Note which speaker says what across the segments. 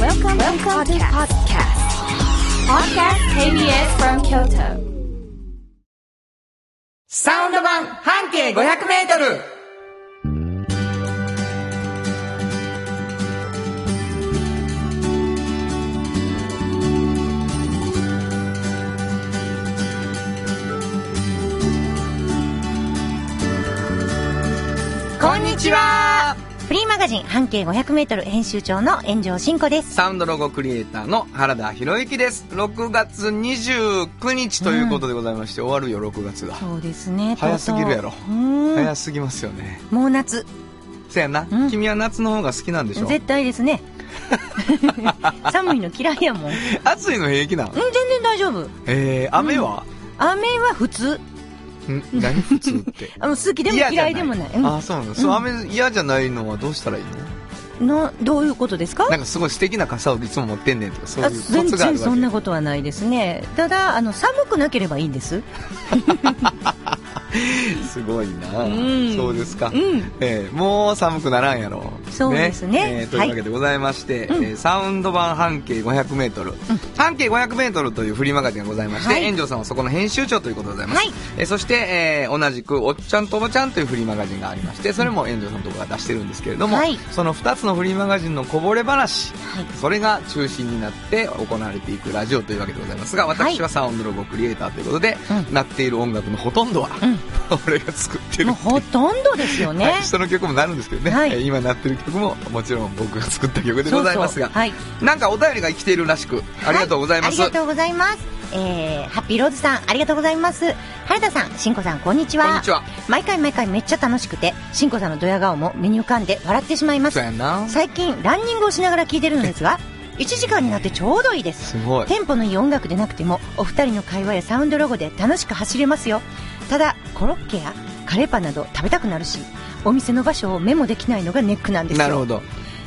Speaker 1: Welcome, to the podcast. Podcast KBS from Kyoto.
Speaker 2: サウンド版半径500メートルこんにちは
Speaker 3: フリーマガジン半径 500m 編集長の炎上真子です。
Speaker 2: サウンドロゴクリエイターの原田博之です。6月29日ということでございまして、終わるよ、6月が。
Speaker 3: そうですね。
Speaker 2: 早すぎるやろ
Speaker 3: とうとううーん
Speaker 2: 早すぎますよね。
Speaker 3: もう夏、
Speaker 2: せやな、
Speaker 3: うん
Speaker 2: 君は夏の方が好きなんでしょ
Speaker 3: 絶対です ね。寒いの嫌いやもん。うん、全
Speaker 2: 暑いの平気なの
Speaker 3: 然大丈夫。
Speaker 2: えー、雨は、
Speaker 3: 雨は普通。
Speaker 2: ん、何普通って
Speaker 3: あの好き でも嫌いでもない。
Speaker 2: 嫌じゃあそうなのそう雨嫌じゃないのはどうしたらいいの
Speaker 3: うんのどういうことですか
Speaker 2: なんかすごい素敵な傘をいつも持ってんねんとかそう
Speaker 3: あ
Speaker 2: いうコ
Speaker 3: 全
Speaker 2: ツがあ
Speaker 3: 然
Speaker 2: るわけ
Speaker 3: そんなことはないですね。ただ、あの、寒くなければいいんです。
Speaker 2: すごいな、
Speaker 3: うん
Speaker 2: そうですか、
Speaker 3: うん。
Speaker 2: えーもう寒くならんやろ
Speaker 3: そうですね
Speaker 2: えーというわけでございまして、
Speaker 3: うん
Speaker 2: えーサウンド版半径 500m、半径 500m というフリーマガジンがございまして、
Speaker 3: はい
Speaker 2: 炎上さんはそこの編集長ということでございます、
Speaker 3: はい
Speaker 2: えーそして、えー同じく「おっちゃんとおばちゃん」というフリーマガジンがありましてそれも炎上さんのとこが出してるんですけれども、
Speaker 3: はい
Speaker 2: その2つのフリーマガジンのこぼれ話
Speaker 3: はい。
Speaker 2: それが中心になって行われていくラジオというわけでございますが私はサウンドロゴクリエイターということで、
Speaker 3: う
Speaker 2: なっている音楽のほとんどは、 俺が作ってる
Speaker 3: もうほとんどですよね。
Speaker 2: はい、人の曲もなるんですけどね、
Speaker 3: はい
Speaker 2: えー今なってる曲ももちろん僕が作った曲でございますが
Speaker 3: そうそうはい。
Speaker 2: なんかお便りが生きているらしくありがとうございます、
Speaker 3: はありがとうございます。えー、ハッピーローズさん、ありがとうございます。原田さん、しんこさん、こんにちは。
Speaker 2: こんにちは
Speaker 3: 毎回毎回めっちゃ楽しくて、しんこさんのドヤ顔も目に浮かんで笑ってしまいま
Speaker 2: そう
Speaker 3: す。
Speaker 2: やな
Speaker 3: 最近、ランニングをしながら聞いてるのですが、1時間になってちょうどいいです。
Speaker 2: すごい
Speaker 3: テンポのいい音楽でなくても、お二人の会話やサウンドロゴで楽しく走れますよ。ただ、コロッケやカレーパンなど食べたくなるし、お店の場所をメモできないのがネックなんですよ。
Speaker 2: なるほど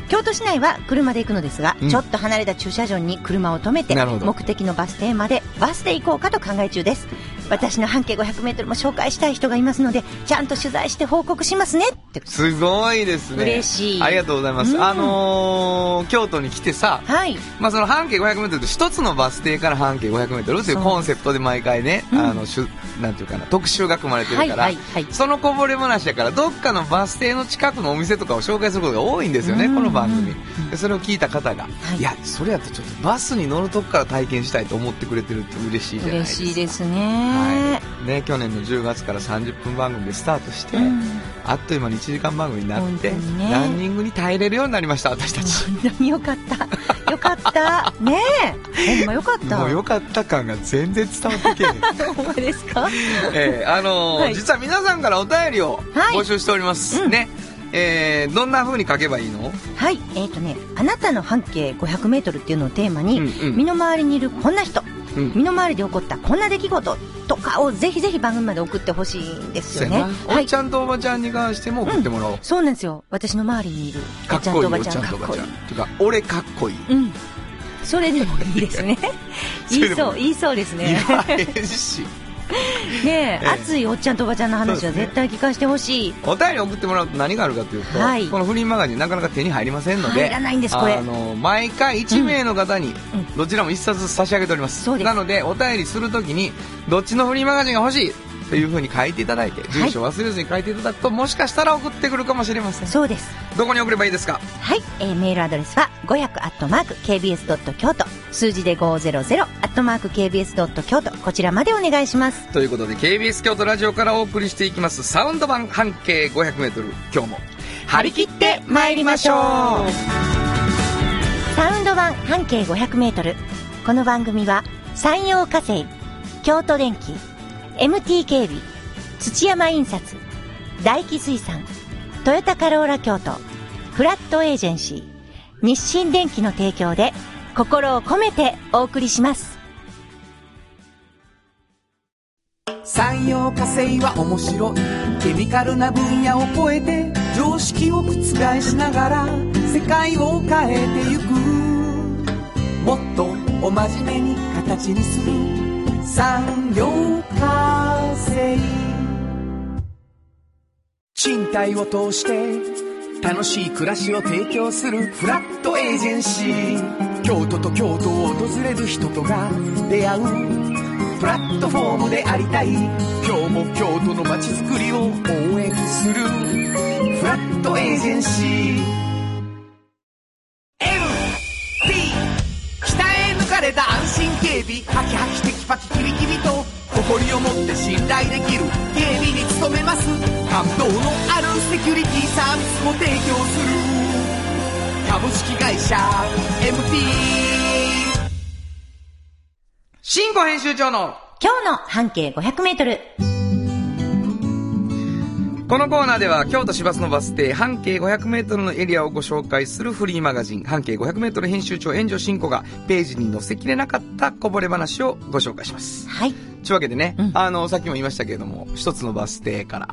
Speaker 3: 京都市内は車で行くのですが、
Speaker 2: うん
Speaker 3: ちょっと離れた駐車場に車を止めて
Speaker 2: なるほど
Speaker 3: 目的のバス停までバスで行こうかと考え中です私の半径 500m も紹介したい人がいますのでちゃんと取材して報告しますねって
Speaker 2: すごいですね
Speaker 3: 嬉しい
Speaker 2: ありがとうございます、
Speaker 3: うん
Speaker 2: あのー京都に来てさ、
Speaker 3: はい
Speaker 2: まあ、その半径 500m って一つのバス停から半径 500m というコンセプトで毎回ね、
Speaker 3: うん
Speaker 2: あのしゅなんていうかな特集が組まれてるから、
Speaker 3: はいはいはい
Speaker 2: そのこぼれ話やからどっかのバス停の近くのお店とかを紹介することが多いんですよね、
Speaker 3: うん
Speaker 2: この番組
Speaker 3: うん
Speaker 2: でそれを聞いた方が、
Speaker 3: はい
Speaker 2: い、やそれやとちょっとバスに乗るとこから体験したいと思ってくれてるって嬉しいじゃないで
Speaker 3: 嬉
Speaker 2: すか
Speaker 3: しいです
Speaker 2: は
Speaker 3: ね、
Speaker 2: いね、去年の10月から30分番組でスタートして、
Speaker 3: うん
Speaker 2: あっという間に1時間番組になって、
Speaker 3: 本当にね
Speaker 2: ランニングに耐えれるようになりました私たち。
Speaker 3: 本当によか ったよかったねえほんまよかった
Speaker 2: もう良かった感が全然伝わってけ えへん
Speaker 3: ほんまですか
Speaker 2: えーあのー
Speaker 3: はい
Speaker 2: 実は皆さんからお便りを
Speaker 3: はい
Speaker 2: 募集しております、
Speaker 3: うん
Speaker 2: ね、えーどんな風に書けばいいの
Speaker 3: はいえっ、とねあなたの半径 500m っていうのをテーマに、
Speaker 2: うんうん
Speaker 3: 身の回りにいるこんな人
Speaker 2: うん
Speaker 3: 身の回りで起こったこんな出来事とかをぜひぜひ番組まで送ってほしいんですよね。
Speaker 2: お
Speaker 3: は
Speaker 2: っ
Speaker 3: い
Speaker 2: ち。ゃんとおばちゃんに関しても送ってもらおう、
Speaker 3: そうなんですよ。私の周りにいるお
Speaker 2: か
Speaker 3: ば
Speaker 2: っ
Speaker 3: ちゃん
Speaker 2: こいい
Speaker 3: と
Speaker 2: お
Speaker 3: お
Speaker 2: ば
Speaker 3: ば
Speaker 2: ち
Speaker 3: ちゃ
Speaker 2: ゃ
Speaker 3: ん
Speaker 2: ん
Speaker 3: か
Speaker 2: と
Speaker 3: っ
Speaker 2: おば
Speaker 3: こ
Speaker 2: ち
Speaker 3: い
Speaker 2: ゃん
Speaker 3: い。
Speaker 2: とか俺かっこいい
Speaker 3: うん。それでもいいです ね。
Speaker 2: そ
Speaker 3: 言
Speaker 2: れ
Speaker 3: い
Speaker 2: でも
Speaker 3: そう、言いそうですね。
Speaker 2: 言わへんし
Speaker 3: ねえ、
Speaker 2: ええ
Speaker 3: 熱いおっちゃんとおばちゃんの話
Speaker 2: そう
Speaker 3: は
Speaker 2: ですね
Speaker 3: 絶対聞かせてほしい。
Speaker 2: お便り送ってもらうと何があるかというと、
Speaker 3: はい
Speaker 2: このフリーマガジンなかなか手に入りませんので
Speaker 3: 入らないんですこれ
Speaker 2: あの毎回1名の方に
Speaker 3: うんうん
Speaker 2: どちらも1冊ずつ差し上げております,、
Speaker 3: そうです
Speaker 2: なのでお便りするときにどっちのフリーマガジンが欲しいというふうに書いていただいて住所忘れずに書いていただくと、もしかしたら送ってくるかもしれません
Speaker 3: そうです。
Speaker 2: どこに送ればいいですか
Speaker 3: はい、えーメールアドレスは500アットマーク KBS ドット京都数字で500アットマーク KBS ドット京都こちらまでお願いします。
Speaker 2: ということで KBS 京都ラジオからお送りしていきますサウンド版半径 500m 今日も張り切って参りましょう
Speaker 3: サウンド版半径 500m この番組は山陽火星京都電機 MT 警備土山印刷大気水産トヨタカローラ京都フラットエージェンシー日清電機の提供で心を込めてお送りします
Speaker 4: 産業化成は面白いケミカルな分野を超えて常識を覆しながら世界を変えてゆくもっとお真面目に形にする産業化成賃貸を通して楽しい暮らしを提供するフラットエージェンシー京都と京都を訪れる人とが出会うプラットフォームでありたい今日も京都の街づくりを応援するフラットエージェンシー MT 北へ抜かれた安心警備ハキハキテキパキキビキビと誇りを持って信頼できる警備に努めます感動のあるセキュリティサービスも提供する株式会社 MT
Speaker 2: 新語編集長の
Speaker 3: 今日の半径500メートル。
Speaker 2: このコーナーでは京都市バスのバス停半径 500m のエリアをご紹介するフリーマガジン半径 500m 編集長援助進行がページに載せきれなかったこぼれ話をご紹介します。
Speaker 3: はい。
Speaker 2: というわけでね、
Speaker 3: うん
Speaker 2: あの、さっきも言いましたけれども、一つのバス停から、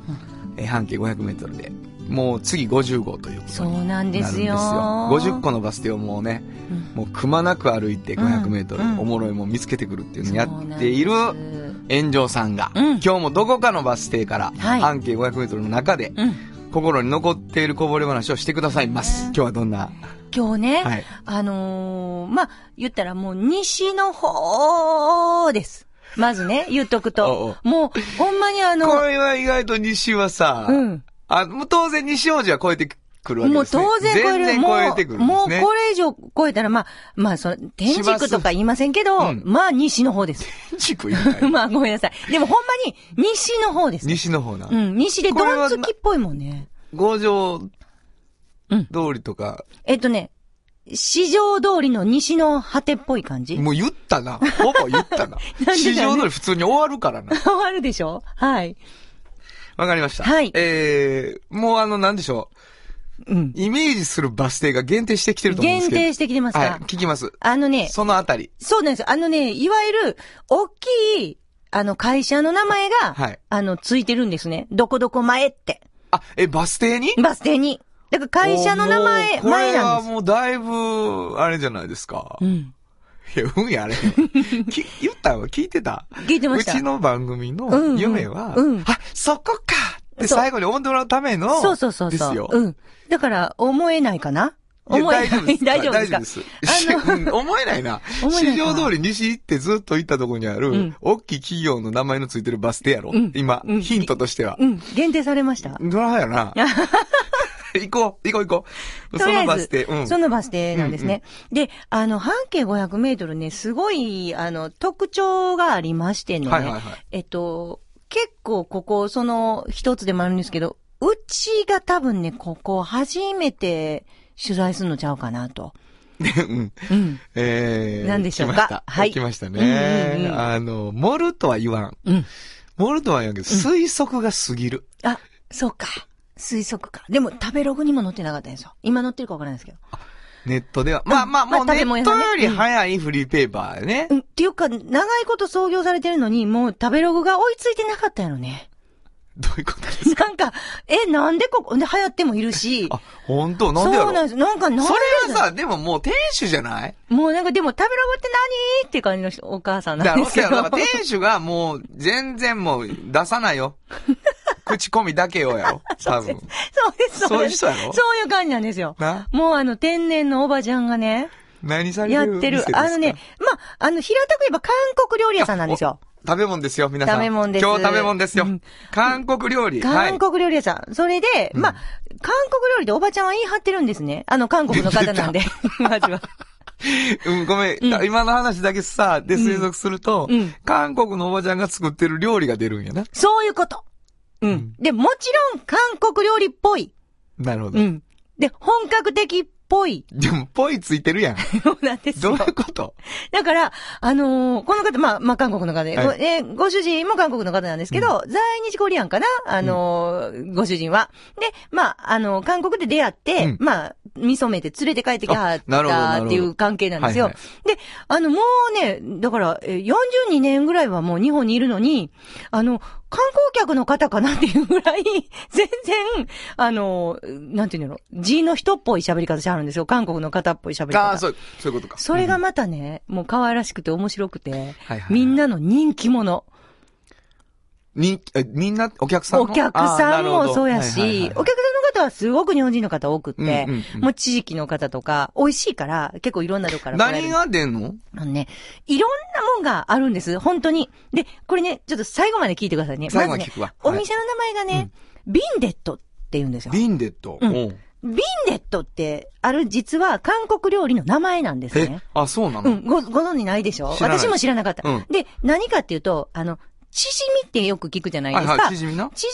Speaker 2: えー半径 500m で、もう次50号ということに
Speaker 3: そうなんで
Speaker 2: なるん
Speaker 3: す
Speaker 2: ですよ。
Speaker 3: よ。
Speaker 2: 50個のバス停をもうね、もうくまなく歩いて 500m、
Speaker 3: うんうん
Speaker 2: おもろいもん見つけてくるっていうのをや
Speaker 3: そうなんです
Speaker 2: っている炎上さんが、
Speaker 3: うん
Speaker 2: 今日もどこかのバス停から、
Speaker 3: はい
Speaker 2: 半径 500m の中で、
Speaker 3: うん。
Speaker 2: 心に残っているこぼれ話をしてくださいます。今日はどんな、
Speaker 3: 今日ね、
Speaker 2: はい
Speaker 3: あのーまあ、言ったらもう西の方です。まずね、言っとく
Speaker 2: おうお
Speaker 3: と。もう、ほんまにあ
Speaker 2: こ
Speaker 3: の、
Speaker 2: れは意外と西はさ、
Speaker 3: うん
Speaker 2: あもう当然西王子は超えてくるわけ
Speaker 3: もう
Speaker 2: ですね。
Speaker 3: 当然超える。
Speaker 2: 全然超えてくるんで
Speaker 3: も
Speaker 2: すね。
Speaker 3: う、もうこれ以上超えたら、まあ、まあ、その、天竺とか言いませんけど、
Speaker 2: うん
Speaker 3: まあ、西の方です。
Speaker 2: 地区みたい な
Speaker 3: まあ、ごめんなさい。でも、ほんまに、西の方です。
Speaker 2: 西の方な。
Speaker 3: うん、西で、
Speaker 2: これ
Speaker 3: ど
Speaker 2: は
Speaker 3: んつきっぽいもんね。
Speaker 2: 五条通
Speaker 3: うん
Speaker 2: りとか、
Speaker 3: えっとね、市場通りの西の果てっぽい感じ
Speaker 2: もう言ったな。ほぼ言ったな
Speaker 3: なんでだ。よね
Speaker 2: 市場通り普通に終わるからな。
Speaker 3: 変わるでしょはい。
Speaker 2: わかりました。
Speaker 3: はい
Speaker 2: えー、もうあの、なんでしょ
Speaker 3: うん
Speaker 2: う。。イメージするバス停が限定してきてると思うんです
Speaker 3: 限
Speaker 2: けど。
Speaker 3: 定してきてますか、
Speaker 2: はい、聞きます。
Speaker 3: あのね、
Speaker 2: そのあたり。
Speaker 3: そうなんですよ。あのね、いわゆる、大きい、あの、会社の名前が、
Speaker 2: はい
Speaker 3: あの、ついてるんですね。どこどこ前って。
Speaker 2: あ、え、バス停に
Speaker 3: バス停に。だから会社の名前、
Speaker 2: おもう
Speaker 3: 前なんで
Speaker 2: これはもうだいぶ、あれじゃないですか。
Speaker 3: す。うん。
Speaker 2: いや、うん やあれへん。き言ったわ、聞いてた。
Speaker 3: 聞いてました
Speaker 2: うちの番組
Speaker 3: うんう
Speaker 2: の
Speaker 3: ん
Speaker 2: 夢は、
Speaker 3: うん
Speaker 2: あ、そこかって
Speaker 3: そう
Speaker 2: 最後に思ってもらうための、
Speaker 3: そうそうそうそう。
Speaker 2: ですよ。
Speaker 3: うん。だから、思えないかない
Speaker 2: や
Speaker 3: 思えない。 大丈夫ですか
Speaker 2: 大丈夫ですし
Speaker 3: あ
Speaker 2: うん思えないな。
Speaker 3: 思えない
Speaker 2: 市
Speaker 3: か
Speaker 2: 場通り西行ってずっと行ったとこにある、
Speaker 3: うん
Speaker 2: 大きい企業の名前のついてるバス停やろ。
Speaker 3: うん
Speaker 2: 今、
Speaker 3: うん
Speaker 2: ヒントとしては。
Speaker 3: うん。限定されました。
Speaker 2: ドラや な。行こう、行こう行こう。
Speaker 3: と
Speaker 2: そ
Speaker 3: りあ
Speaker 2: の
Speaker 3: え
Speaker 2: バス
Speaker 3: ず、
Speaker 2: 停。うん。
Speaker 3: そのバス停なんですね。で、あの、半径500メートルね、すごい、あの、特徴がありましてね。
Speaker 2: はいはいはい
Speaker 3: えっと、結構ここ、その、一つでもあるんですけど、うちが多分ね、ここ、初めて取材するのちゃうかなと。
Speaker 2: うん
Speaker 3: うん。
Speaker 2: えー、
Speaker 3: 何でしょうか
Speaker 2: 来ました
Speaker 3: はい
Speaker 2: 来ましたね、
Speaker 3: うんうんうん
Speaker 2: あの、盛るとは言わん。
Speaker 3: うん。
Speaker 2: 盛るとは言わんけど、推測が過ぎる。
Speaker 3: あ、そうか。推測か。でも、食べログにも載ってなかったんですよ。今載ってるかわからないですけど。
Speaker 2: ネットでは。まあまあ、
Speaker 3: まあ
Speaker 2: もうネ
Speaker 3: 食べ物屋
Speaker 2: ット
Speaker 3: さんね
Speaker 2: より早いフリーペーパーやね
Speaker 3: う。ん。っていうか、長いこと創業されてるのに、もう食べログが追いついてなかったんやろね。
Speaker 2: どういうことですか
Speaker 3: なんか、え、なんでここ、で、流行ってもいるし。
Speaker 2: あ、本当なんでやろ
Speaker 3: そうなんです。なんか、なんで
Speaker 2: それは
Speaker 3: さ、
Speaker 2: さ、でももう店主じゃない
Speaker 3: もうなんか、でも、食べログって何っていう感じの人お母さん
Speaker 2: だ
Speaker 3: なん
Speaker 2: ろ
Speaker 3: で
Speaker 2: う
Speaker 3: す
Speaker 2: け
Speaker 3: け
Speaker 2: ど、
Speaker 3: ど。
Speaker 2: だから店主がもう全然もう出さな いよ。口コミだけよやろ。多分。
Speaker 3: そうです、
Speaker 2: そういう
Speaker 3: です
Speaker 2: 人やろ
Speaker 3: そういう感じなんですよ
Speaker 2: な。
Speaker 3: もうあの、天然のおばちゃんがね、
Speaker 2: 何されて
Speaker 3: や
Speaker 2: る
Speaker 3: ってる
Speaker 2: 店です。か
Speaker 3: あのね、まあ、あの、平たく言えば韓国料理屋さんなんですよ。
Speaker 2: 食べ物ですよ、皆さん。
Speaker 3: 食べ物です
Speaker 2: 今日食べ物ですよ。
Speaker 3: うん
Speaker 2: 韓国料理。
Speaker 3: 韓国料理屋さん。それで、まあ、韓国料理でおばちゃんは言い張ってるんですね。あの、韓国の方なん で。まずは。
Speaker 2: はい。うん、ごめん,、
Speaker 3: うん
Speaker 2: 今の話だけさ、で推測すると、
Speaker 3: うん
Speaker 2: 韓国のおばちゃんが作ってる料理が出るんやな。
Speaker 3: そういうこと。うん。で、もちろん、韓国料理っぽい。
Speaker 2: なるほど。
Speaker 3: うん。で、本格的っぽ い
Speaker 2: でも、ぽいついてる やん。
Speaker 3: そうなんです
Speaker 2: どう
Speaker 3: よ
Speaker 2: い。うこと
Speaker 3: だから、あのーこの方、まあ、まあ、韓国の方で、
Speaker 2: はい
Speaker 3: ごえーご主人も韓国の方なんですけど、在日コリアンかなあのーご主人は。で、まあ、あのー韓国で出会って、
Speaker 2: うん
Speaker 3: まあ、見初めて連れて帰ってきはっ
Speaker 2: あなるほどなるほ
Speaker 3: た
Speaker 2: ど
Speaker 3: っていう関係なんですよ。
Speaker 2: はい
Speaker 3: で、あの、もうね、だから、えー42年ぐらいはもう日本にいるのに、あの、観光客の方かなっていうぐらい、 全然、あのーなんていうの、G の人っぽい喋り方してはるんですよ。韓国の方っぽい喋り方。
Speaker 2: ああ、そう、そういうことか。
Speaker 3: それがまたね、もう可愛らしくて面白くて、
Speaker 2: はいはい
Speaker 3: みんなの人気者。
Speaker 2: 人気、えみんな、お客さん
Speaker 3: お
Speaker 2: の
Speaker 3: 客さんもそうやし、
Speaker 2: あーなるほどはいはいはい
Speaker 3: お客さんの方はすごく日本人の方多くって、
Speaker 2: うんうんうん
Speaker 3: もう地域の方とか、美味しいから、結構いろんなとこから来られる
Speaker 2: 何が出んの
Speaker 3: あのね、いろんなもんがあるんです。本当に。で、これね、ちょっと最後まで聞いてくださいね。
Speaker 2: 最後
Speaker 3: ま
Speaker 2: ま
Speaker 3: ず
Speaker 2: で
Speaker 3: ね
Speaker 2: 聞くわ
Speaker 3: お店の名前がね、ビンデットって言うんですよ。ビ
Speaker 2: ビンデット。
Speaker 3: うん
Speaker 2: おう
Speaker 3: ンデットって、ある実は韓国料理の名前なんです
Speaker 2: え
Speaker 3: ね。、
Speaker 2: あ、そうな
Speaker 3: う
Speaker 2: の
Speaker 3: ん、ご、ご存知ないでしょ
Speaker 2: 知らない
Speaker 3: 私も知らなかった、
Speaker 2: うん
Speaker 3: で、何かっていうと、あの、チヂミってよく聞くじゃないで
Speaker 2: はい
Speaker 3: すか。
Speaker 2: はい、縮 みな。
Speaker 3: チヂ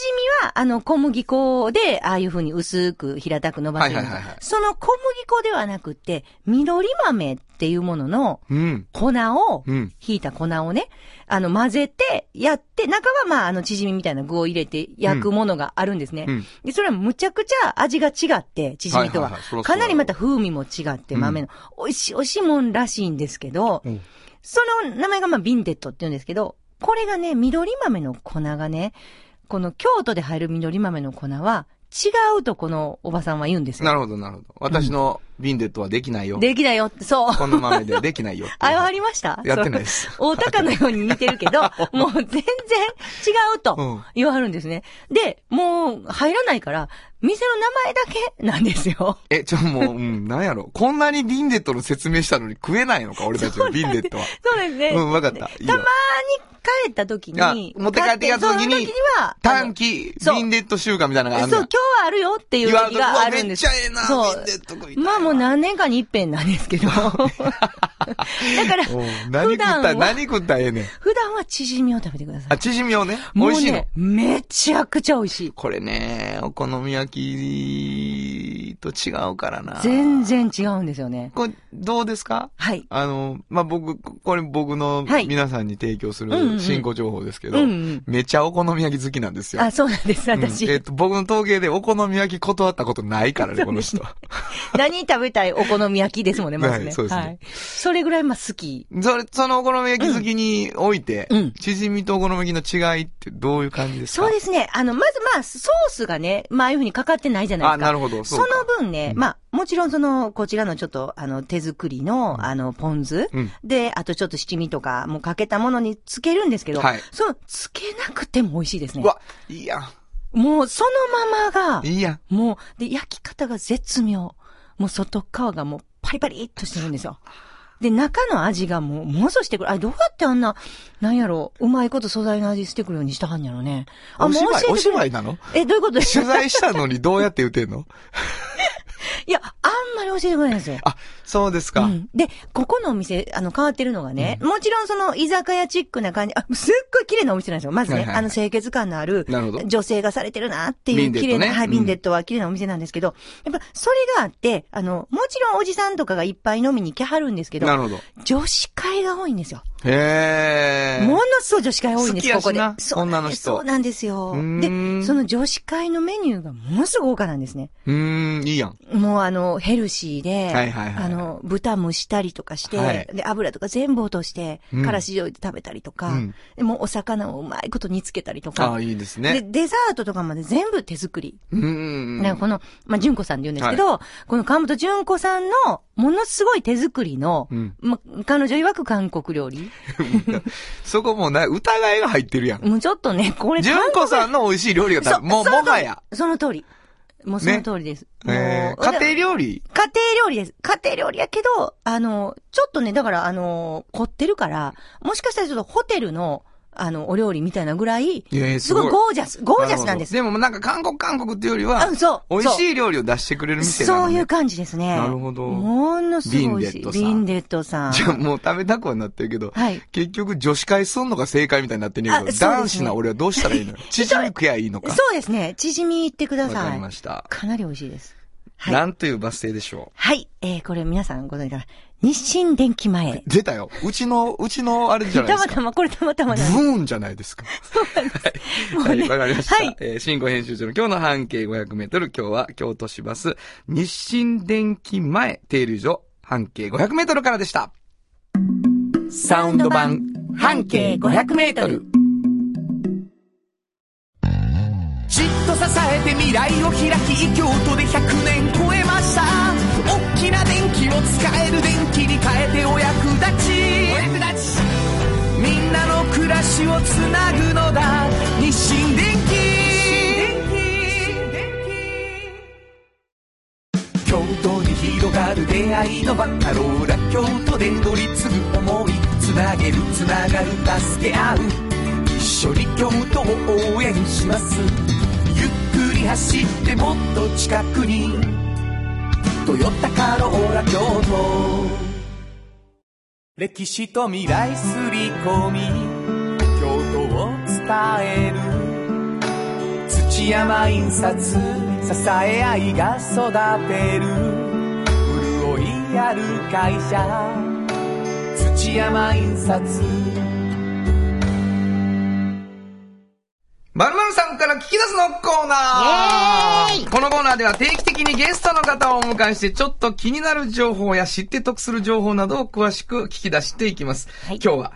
Speaker 3: ミは、あの、小麦粉で、ああいう風に薄く平たく伸ばしてるの
Speaker 2: はいはいはいはい
Speaker 3: その小麦粉ではなくて、緑豆っていうものの
Speaker 2: うん。
Speaker 3: 粉を、
Speaker 2: うん。
Speaker 3: ひいた粉をね、あの、混ぜて、やって、中はまあ、あの、縮みみたいな具を入れて焼くものがあるんですね。
Speaker 2: うん。
Speaker 3: で、それはむちゃくちゃ味が違って、縮みと
Speaker 2: は
Speaker 3: はい
Speaker 2: いはいはそらそうだろう。
Speaker 3: かなりまた風味も違って、
Speaker 2: うん
Speaker 3: 豆の、美味しい美味しいもんらしいんですけど、
Speaker 2: うん
Speaker 3: その名前がまあ、ビンデットって言うんですけど、これがね、緑豆の粉がね、この京都で入る緑豆の粉は、違うとこのおばさんは言うんです
Speaker 2: な
Speaker 3: よ。
Speaker 2: るほど、なるほど。私のビンデットはできないよ。
Speaker 3: できだよって、そう。
Speaker 2: この豆でできな いよ。
Speaker 3: あ、わか
Speaker 2: り
Speaker 3: りました
Speaker 2: やってないです。
Speaker 3: 大高のように似てるけ ど、もう全然違う
Speaker 2: う
Speaker 3: と
Speaker 2: ん
Speaker 3: 言わはるんですね。で、もう入らないから、店の名前だけなんです よ。
Speaker 2: え、ちょ、もう、うん、なんやろ。こんなにビンデットの説明したのに食えないのか、俺たちのビンデットは。
Speaker 3: そうですね。
Speaker 2: うん、わかった。いい
Speaker 3: たま
Speaker 2: よ
Speaker 3: に帰った時
Speaker 2: あ
Speaker 3: に、
Speaker 2: 持って帰ってきた時に
Speaker 3: 買ってその時には、
Speaker 2: 短期、
Speaker 3: そう
Speaker 2: ビンデット週間みたいなの
Speaker 3: あ
Speaker 2: が
Speaker 3: の
Speaker 2: ある
Speaker 3: そ
Speaker 2: の
Speaker 3: う、今日はあるよっていう時があるんです。
Speaker 2: 言わんとうわめっちゃええな、ビンデット食いたい
Speaker 3: ま
Speaker 2: わ
Speaker 3: あもう何年かに一遍なんです けど。だから、
Speaker 2: おう何
Speaker 3: 普
Speaker 2: 食った
Speaker 3: 段
Speaker 2: ら、
Speaker 3: は、
Speaker 2: 何食ったらええねん。
Speaker 3: 普段は縮みを食べてくださ
Speaker 2: あ、
Speaker 3: い。
Speaker 2: チヂミをね、美
Speaker 3: もう
Speaker 2: 味しいの
Speaker 3: ね。、めちゃくちゃ美味しい。
Speaker 2: これね、お好み焼きと違うからな。
Speaker 3: 全。然違うんですよね。
Speaker 2: これ、どうですか
Speaker 3: はい。
Speaker 2: あの、まあ、僕、これ僕の
Speaker 3: はい
Speaker 2: 皆さんに提供す
Speaker 3: うんう
Speaker 2: る
Speaker 3: ん
Speaker 2: 進行情報ですけど、
Speaker 3: うんうん。
Speaker 2: めちゃお好み焼き好きなんですよ。
Speaker 3: あ、そうなんです、
Speaker 2: うん
Speaker 3: 私。
Speaker 2: えっ、と、僕の統計でお好み焼き断ったことないからね、この人。
Speaker 3: 何食べたいお好み焼きですもんね、まずね。
Speaker 2: はいそうですね
Speaker 3: いそれぐらい、まあ、好き。
Speaker 2: それ、そのお好み焼き好きにおいて、
Speaker 3: うん
Speaker 2: チヂミとお好み焼きの違いってどういう感じですか
Speaker 3: そうですね。あの、まずまあ、ソースがね、まあ、ああいうふうにかかってないじゃないです
Speaker 2: あ、
Speaker 3: か。
Speaker 2: なるほど。
Speaker 3: そう
Speaker 2: か
Speaker 3: の分ね、まあ、もちろんその、こちらのちょっと、あの、手作りの、あの、ポン酢。
Speaker 2: うん。
Speaker 3: で、あとちょっと七味とか、もうかけたものにつけるんですけど、
Speaker 2: はい
Speaker 3: その、つけなくても美味しいですね
Speaker 2: う。わ、いいやん。
Speaker 3: もう、そのままが、
Speaker 2: いいやん。
Speaker 3: もう、で、焼き方が絶妙。もう外側がもうパリパリっとしてるんですよ。で、中の味がもう、ものすごいしてくる。あれ、どうやってあんな、なんやろう、うまいこと素材の味してくるようにしたはんやろね。あ、
Speaker 2: お芝居、お
Speaker 3: くれ
Speaker 2: 芝居なの
Speaker 3: え、どういうことです
Speaker 2: 取
Speaker 3: か
Speaker 2: 材したのにどうやって言ってん の
Speaker 3: いや、あんまり教えてくれないんですよ。
Speaker 2: あ、そうです
Speaker 3: う
Speaker 2: か。
Speaker 3: ん、で、ここのお店、あの、変わってるのがね、もちろんその、居酒屋チックな感じ、あ、すっごい綺麗なお店なんですよ。まずね、
Speaker 2: はいはいはい
Speaker 3: あの、清潔感のある、
Speaker 2: なるほど
Speaker 3: 女性がされてるなって
Speaker 2: ビ
Speaker 3: いう、
Speaker 2: ンデッ
Speaker 3: 綺
Speaker 2: ト
Speaker 3: 麗な、
Speaker 2: ね
Speaker 3: は
Speaker 2: う
Speaker 3: い、
Speaker 2: ん
Speaker 3: ビンデットは綺麗なお店なんですけど、やっぱ、それがあって、あの、もちろんおじさんとかがいっぱい飲みに来はるんですけど、
Speaker 2: なるほど。
Speaker 3: 女子会が多いんですよ。
Speaker 2: へえ。
Speaker 3: ものすごい女子会多いんです、こ
Speaker 2: 好きや
Speaker 3: こ
Speaker 2: し
Speaker 3: で
Speaker 2: な。
Speaker 3: そう
Speaker 2: 女の人
Speaker 3: そうなんですよ
Speaker 2: うー。ん
Speaker 3: で、その女子会のメニューがものすごく豪華なんですね。
Speaker 2: うーん、いいやん。
Speaker 3: もうあの、ヘルシーで、
Speaker 2: はいはいはい
Speaker 3: あの、豚蒸したりとかして、
Speaker 2: はい
Speaker 3: で、油とか全部落として、
Speaker 2: うん
Speaker 3: からし醤油で食べたりとか、
Speaker 2: うん
Speaker 3: でもうお魚をうまいこと煮つけたりと
Speaker 2: あ
Speaker 3: か、
Speaker 2: あ、いいです
Speaker 3: で、
Speaker 2: ね。
Speaker 3: デザートとかまで全部手作り。
Speaker 2: うーん。
Speaker 3: なんかこの、まあ、純子さんで言うんですけど、この川本純子さんの、ものすごい手作りの、
Speaker 2: うん
Speaker 3: まあ、彼女曰く韓国料理。
Speaker 2: そこもうな、疑いが入ってるやん。
Speaker 3: もうちょっとね、これ、
Speaker 2: 純子さんの美味しい料理が
Speaker 3: 韓
Speaker 2: 多
Speaker 3: 国
Speaker 2: 分もう、
Speaker 3: そ
Speaker 2: もはや。。
Speaker 3: その通り。もうその通りです。
Speaker 2: え
Speaker 3: もう
Speaker 2: ー家庭料理
Speaker 3: 家庭料理です。家庭料理やけど、あの、ちょっとね、だから、あの、凝ってるから、もしかしたらちょっとホテルの、あの、お料理みたいなぐらい、
Speaker 2: いやいや
Speaker 3: すごい
Speaker 2: すごい
Speaker 3: ゴージャス、ゴージャスなんです。
Speaker 2: るほどでもなんか韓国韓国っていうよりは
Speaker 3: うん、そう
Speaker 2: 美味しい料理を出してくれる店な
Speaker 3: そ
Speaker 2: の
Speaker 3: う
Speaker 2: ね
Speaker 3: いう感じですね。
Speaker 2: なるほど
Speaker 3: ものすごい美味しい。
Speaker 2: ビ
Speaker 3: ビ
Speaker 2: ン
Speaker 3: ンデットさん。
Speaker 2: じゃあもう食べたくはなってるけど、
Speaker 3: はい
Speaker 2: 結局女子会すんのが正解みたいになってんねんけど、
Speaker 3: あそうですね
Speaker 2: 男子な俺はどうした らいいのよ。縮む食やいいのか。
Speaker 3: そうですね。縮み行ってくだ
Speaker 2: わか
Speaker 3: さ
Speaker 2: り
Speaker 3: い。
Speaker 2: ました。
Speaker 3: かなり美味しいです。はい
Speaker 2: なんというバス停でしょ
Speaker 3: はい。えー、これ皆さんご存知かな。日清電機前
Speaker 2: う。。出たよ。うちの、うちのあれじゃ
Speaker 3: た
Speaker 2: ないで
Speaker 3: ますた
Speaker 2: か。
Speaker 3: ま、これたまた
Speaker 2: ブ
Speaker 3: まなんです
Speaker 2: ーンじゃないですか。
Speaker 3: もう
Speaker 2: は
Speaker 3: ね
Speaker 2: い、わかりました。
Speaker 3: はい
Speaker 2: えー新語編集長の今日の半径500メートル、今日は京都市バス、日清電機前停留所、半径500メートルからでした。サ
Speaker 3: ウンド版半径500メートル。
Speaker 4: じっと支えて未来を開き京都で100年超えました大きな電気を使える電気に変えてお役立ちお役立ちみんなの暮らしをつなぐのだ日で乗り継ぐ思いつなげるつながる助け合う一緒に京都を応援しますゆっくり走ってもっと近くに「トヨタカローラ京都」歴史と未来すり込み京都を伝える土山印刷支え合いが育てる潤いある会社土山印刷
Speaker 2: まるまるさんから聞き出すのコーナー
Speaker 3: イエーイ
Speaker 2: このコーナーでは定期的にゲストの方をお迎えして、ちょっと気になる情報や知って得する情報などを詳しく聞き出していきます。
Speaker 3: はい
Speaker 2: 今日は、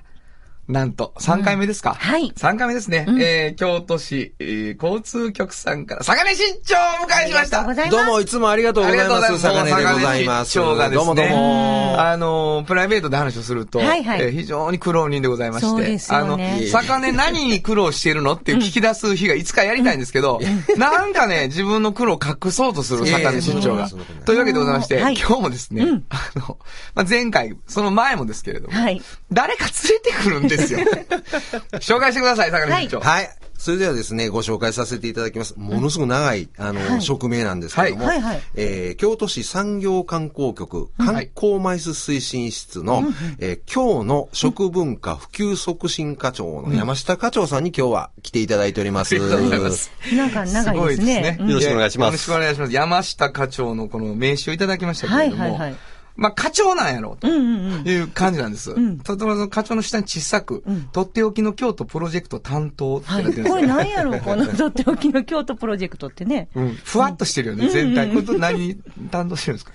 Speaker 2: なんと、3回目ですか、
Speaker 3: はい
Speaker 2: 3回目ですね。えー、京都市、えー交通局さんから、坂根新長をお迎えしました。
Speaker 3: ありがとうございます
Speaker 5: どうもいつもありがとうございます。
Speaker 2: ありがとうござい
Speaker 5: 坂
Speaker 2: ます
Speaker 5: 根でございます。
Speaker 2: もう坂根市長がですね
Speaker 5: どうもどうも。
Speaker 2: あのー、プライベートで話をすると、
Speaker 3: はいはい
Speaker 2: えー非常に苦労人でございまして、
Speaker 3: そうです
Speaker 2: あ
Speaker 3: よ
Speaker 2: の
Speaker 3: ね、
Speaker 2: 坂根何に苦労してるのっていう聞き出す日がいつかやりたいんですけど、なんかね、自分の苦労を隠そうとする坂根新長
Speaker 5: いやいや
Speaker 2: が
Speaker 5: そんなことない。
Speaker 2: というわけでございまして、
Speaker 3: はい
Speaker 2: 今日もですね、あの、まあ、前回、その前もですけれども、
Speaker 3: はい
Speaker 2: 誰か連れてくるん ですよ。紹介してください、坂根新長。
Speaker 5: はい。それではですね、ご紹介させていただきます。ものすごく長い、あの、職名なんですけども、
Speaker 3: はいはいはい
Speaker 5: えー京都市産業観光局観光枚数推進室の、えー今日の食文化普及促進課長の山下課長さんに今日は来ていただいておりま
Speaker 2: あ
Speaker 5: す。
Speaker 2: りがとうございます。
Speaker 3: なんか長いですね。
Speaker 5: よろしくお願いします
Speaker 2: よろしくお願いします。山下課長のこの名刺をいただきましたけれども、
Speaker 3: はいはいはい
Speaker 2: まあ課長なんやろうという感じなんです。
Speaker 3: ん
Speaker 2: とてもその課長の下に小さく、とっておきの京都プロジェクト担当ってな
Speaker 3: は
Speaker 2: ってるん
Speaker 3: い。
Speaker 2: です
Speaker 3: こ
Speaker 2: よ
Speaker 3: れなんやろうこのとっておきの京都プロジェクトってね。
Speaker 2: うんふわっとしてるよね、全体。これと何担当してるんですか、